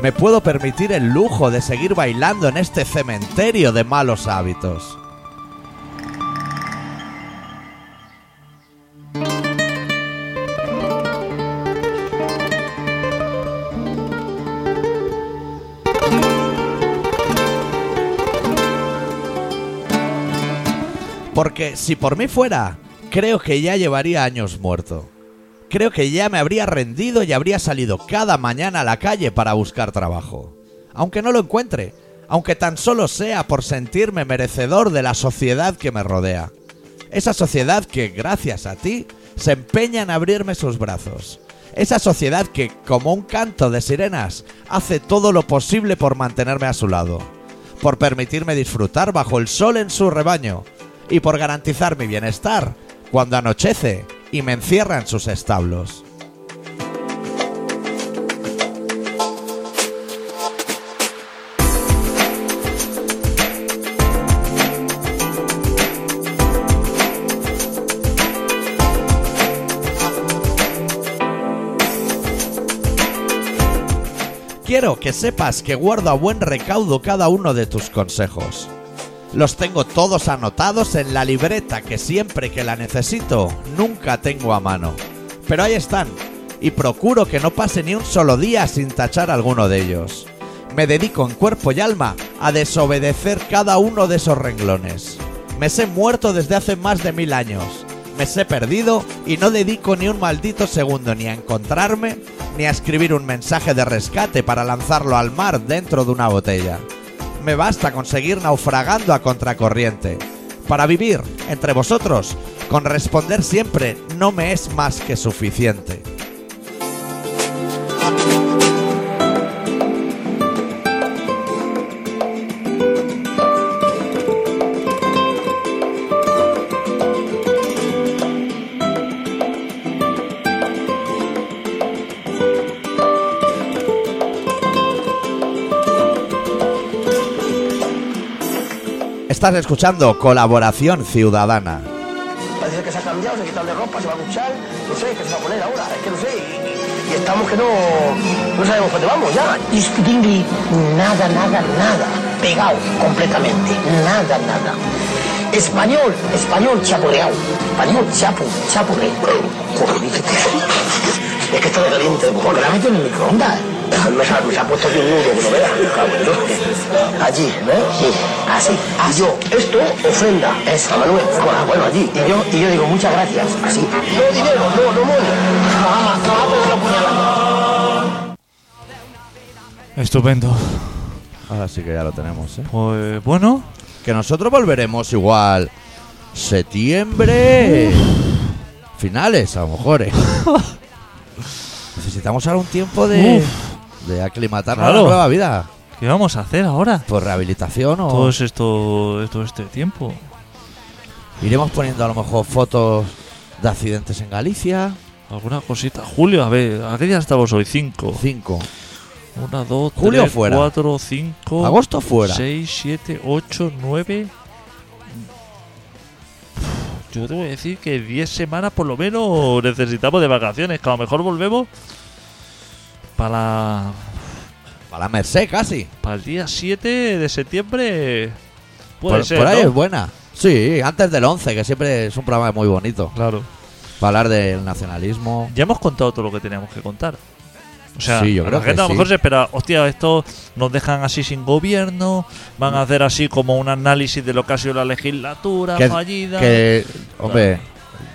[SPEAKER 1] me puedo permitir el lujo de seguir bailando en este cementerio de malos hábitos. Porque si por mí fuera, creo que ya llevaría años muerto. Creo que ya me habría rendido y habría salido cada mañana a la calle para buscar trabajo. Aunque no lo encuentre, aunque tan solo sea por sentirme merecedor de la sociedad que me rodea. Esa sociedad que, gracias a ti, se empeña en abrirme sus brazos. Esa sociedad que, como un canto de sirenas, hace todo lo posible por mantenerme a su lado. Por permitirme disfrutar bajo el sol en su rebaño. Y por garantizar mi bienestar cuando anochece y me encierra en sus establos. Quiero que sepas que guardo a buen recaudo cada uno de tus consejos. Los tengo todos anotados en la libreta que siempre que la necesito, nunca tengo a mano. Pero ahí están, y procuro que no pase ni un solo día sin tachar alguno de ellos. Me dedico en cuerpo y alma a desobedecer cada uno de esos renglones. Me sé muerto desde hace más de mil años. Me sé perdido y no dedico ni un maldito segundo ni a encontrarme, ni a escribir un mensaje de rescate para lanzarlo al mar dentro de una botella me basta conseguir naufragando a contracorriente. Para vivir entre vosotros, con responder siempre no me es más que suficiente. Estás escuchando Colaboración Ciudadana.
[SPEAKER 4] Parece que sacan cambiado, se ha quitado de ropa, se va a duchar, no sé, qué se va a poner ahora, es que no sé. Y, y- y estamos que no, no sabemos dónde vamos ya. Discutirle nada, nada, nada. Pegado completamente. Nada, nada. Español, español chapureado. Español chapu, chapurre. Es que está de caliente, de mejor que la meto en el microondas. Me se ha- me se ha puesto aquí un nudo que no veas. me cago en Dios. Allí, ¿ves? Sí. Así, así. Y yo, esto, ofrenda. Es a Manuel. Bueno, bueno, allí. Y yo, y yo digo, muchas gracias. Así. No dinero, no, no money. Ah, Jamás, jamás me lo apuñalan.
[SPEAKER 2] Estupendo.
[SPEAKER 1] Ahora sí que ya lo tenemos, ¿eh?
[SPEAKER 2] Pues bueno,
[SPEAKER 1] Que nosotros volveremos igual. Septiembre. Finales, a lo mejor. ¿eh? Necesitamos ahora un tiempo de. De aclimatarnos a
[SPEAKER 2] Claro.
[SPEAKER 1] la nueva vida.
[SPEAKER 2] ¿qué vamos a hacer ahora?
[SPEAKER 1] Por rehabilitación o.
[SPEAKER 2] Todo esto, todo este tiempo.
[SPEAKER 1] Iremos poniendo a lo mejor fotos de accidentes en Galicia.
[SPEAKER 2] Alguna cosita. Julio, a ver, ¿a qué día estamos hoy? Cinco.
[SPEAKER 1] Cinco.
[SPEAKER 2] Una, dos,
[SPEAKER 1] Julio
[SPEAKER 2] tres,
[SPEAKER 1] fuera.
[SPEAKER 2] cuatro, cinco.
[SPEAKER 1] Agosto fuera.
[SPEAKER 2] 6, 7, 8, 9. Yo debo decir que 10 semanas por lo menos necesitamos de vacaciones, que a lo mejor volvemos para,
[SPEAKER 1] Para la Merced casi.
[SPEAKER 2] para el día 7 de septiembre. Puede
[SPEAKER 1] Por,
[SPEAKER 2] ser.
[SPEAKER 1] por ahí
[SPEAKER 2] ¿no?
[SPEAKER 1] es buena. Sí, antes del 11, que siempre es un programa muy bonito.
[SPEAKER 2] Claro.
[SPEAKER 1] Para hablar del nacionalismo.
[SPEAKER 2] Ya hemos contado todo lo que teníamos que contar. O sea,
[SPEAKER 1] Sí, yo creo
[SPEAKER 2] la
[SPEAKER 1] que
[SPEAKER 2] gente a lo
[SPEAKER 1] sí.
[SPEAKER 2] mejor se espera, hostia, esto nos dejan así sin gobierno, van a hacer así como un análisis de lo que ha sido la legislatura
[SPEAKER 1] Que-
[SPEAKER 2] fallida.
[SPEAKER 1] Que, hombre,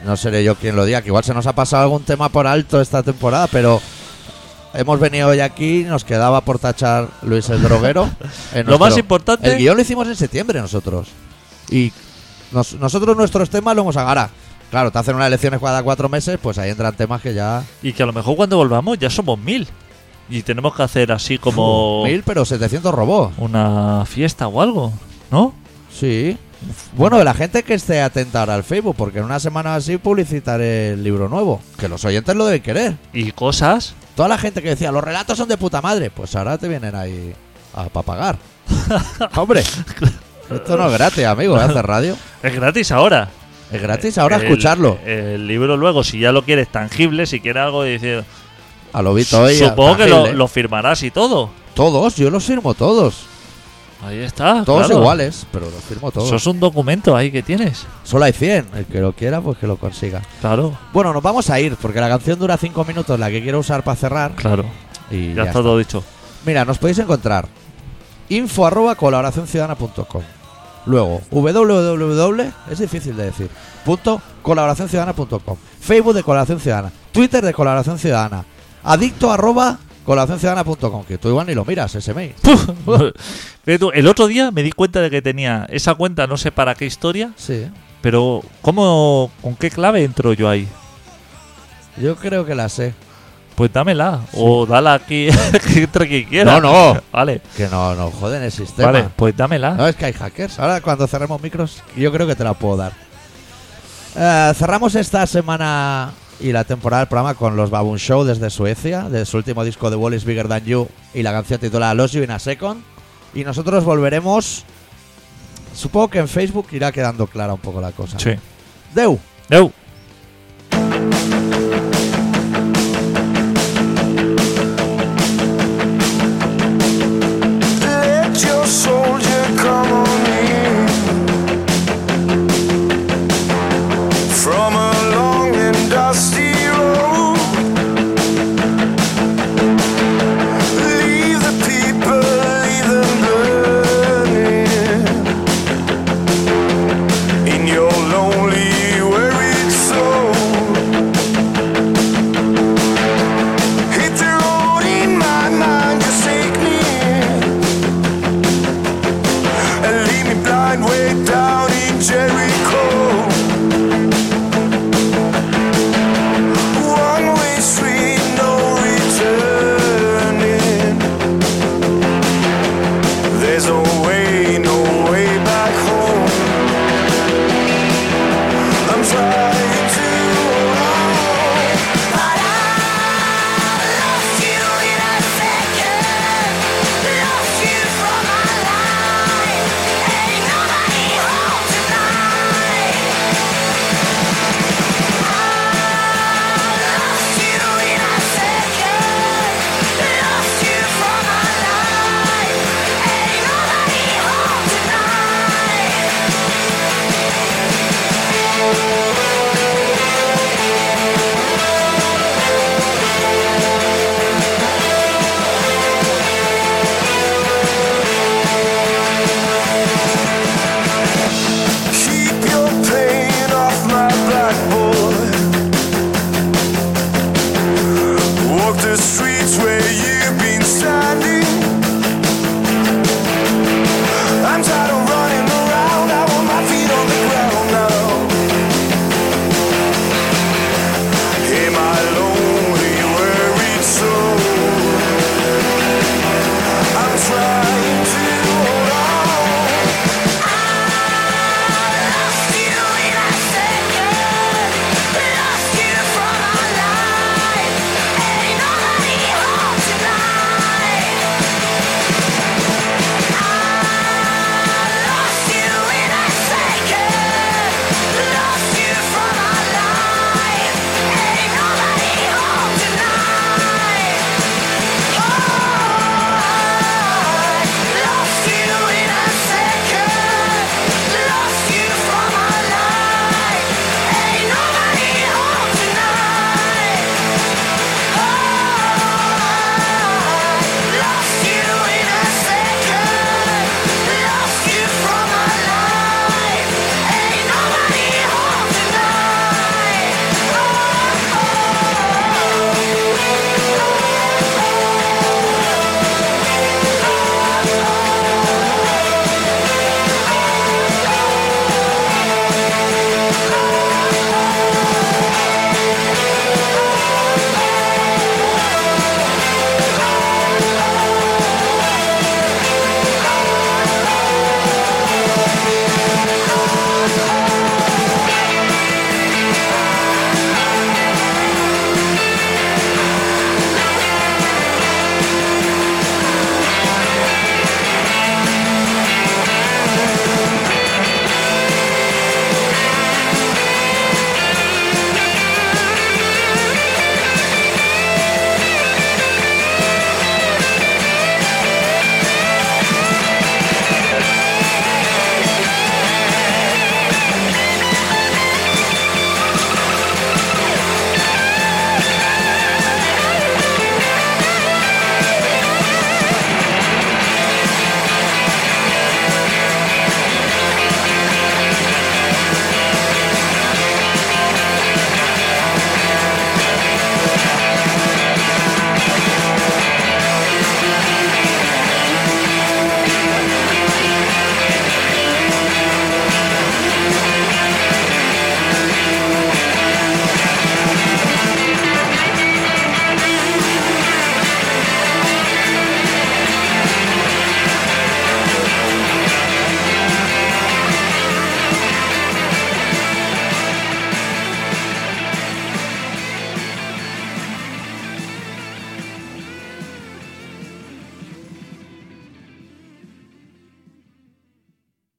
[SPEAKER 1] no seré yo quien lo diga, que igual se nos ha pasado algún tema por alto esta temporada, pero hemos venido hoy aquí, nos quedaba por tachar Luis el Droguero. en
[SPEAKER 2] Lo más
[SPEAKER 1] nuestro-
[SPEAKER 2] importante-
[SPEAKER 1] El guión lo hicimos en septiembre nosotros. Y nos- nosotros nuestros temas lo hemos agarrado. Claro, te hacen unas elecciones cada cuatro meses, pues ahí entran temas que ya.
[SPEAKER 2] Y que a lo mejor cuando volvamos ya somos mil. Y tenemos que hacer así como
[SPEAKER 1] Mil, pero 700 robots.
[SPEAKER 2] una fiesta o algo, ¿no?
[SPEAKER 1] Sí. Bueno, la gente que esté atenta ahora al Facebook, porque en una semana así publicitaré el libro nuevo. Que los oyentes lo deben querer.
[SPEAKER 2] Y cosas.
[SPEAKER 1] Toda la gente que decía, los relatos son de puta madre, pues ahora te vienen ahí a pa' pagar. Hombre, esto no es gratis, amigo, ¿eh? hacer radio.
[SPEAKER 2] Es gratis ahora.
[SPEAKER 1] Es gratis ahora
[SPEAKER 2] El-
[SPEAKER 1] escucharlo.
[SPEAKER 2] El libro luego, si ya lo quieres tangible, si quieres algo de decir...
[SPEAKER 1] A Lobito hoy. a
[SPEAKER 2] supongo que lo,
[SPEAKER 1] Tangible.
[SPEAKER 2] lo firmarás y todo.
[SPEAKER 1] Todos, yo los firmo todos.
[SPEAKER 2] Ahí está.
[SPEAKER 1] Todos
[SPEAKER 2] claro.
[SPEAKER 1] iguales, pero los firmo todos.
[SPEAKER 2] Sos un documento ahí que tienes.
[SPEAKER 1] Solo hay 100. El que lo quiera, pues que lo consiga.
[SPEAKER 2] Claro,
[SPEAKER 1] Bueno, nos vamos a ir, porque la canción dura 5 minutos, la que quiero usar para cerrar.
[SPEAKER 2] claro.
[SPEAKER 1] Y
[SPEAKER 2] Ya,
[SPEAKER 1] ya
[SPEAKER 2] está todo dicho.
[SPEAKER 1] Mira, nos podéis encontrar info arroba colaboracionciudadana.com. Luego, www, es difícil de decir, punto colaboracionciudadana.com. Facebook de Colaboración Ciudadana, Twitter de Colaboración Ciudadana, adicto arroba colaboracionciudadana.com, que tú igual ni lo miras ese mail.
[SPEAKER 2] Fíjate tú, El otro día me di cuenta de que tenía esa cuenta, no sé para qué historia,
[SPEAKER 1] Sí,
[SPEAKER 2] pero ¿cómo, ¿con qué clave entro yo ahí?
[SPEAKER 1] yo creo que la sé.
[SPEAKER 2] Pues dámela. O dala aquí que entre quien
[SPEAKER 1] No,
[SPEAKER 2] quiera.
[SPEAKER 1] no.
[SPEAKER 2] Vale,
[SPEAKER 1] Que no, no joden el sistema.
[SPEAKER 2] vale, pues dámela.
[SPEAKER 1] No, es que hay hackers. Ahora cuando cerremos micros, yo creo que te la puedo dar. Eh, cerramos esta semana y la temporada del programa con los Baboon Show desde Suecia, de su último disco de Wall is Bigger Than You y la canción titulada Lost You in a Second. Y nosotros volveremos. Ah. Supongo que en Facebook irá quedando clara un poco la cosa.
[SPEAKER 2] Sí.
[SPEAKER 1] Deu.
[SPEAKER 2] Eu.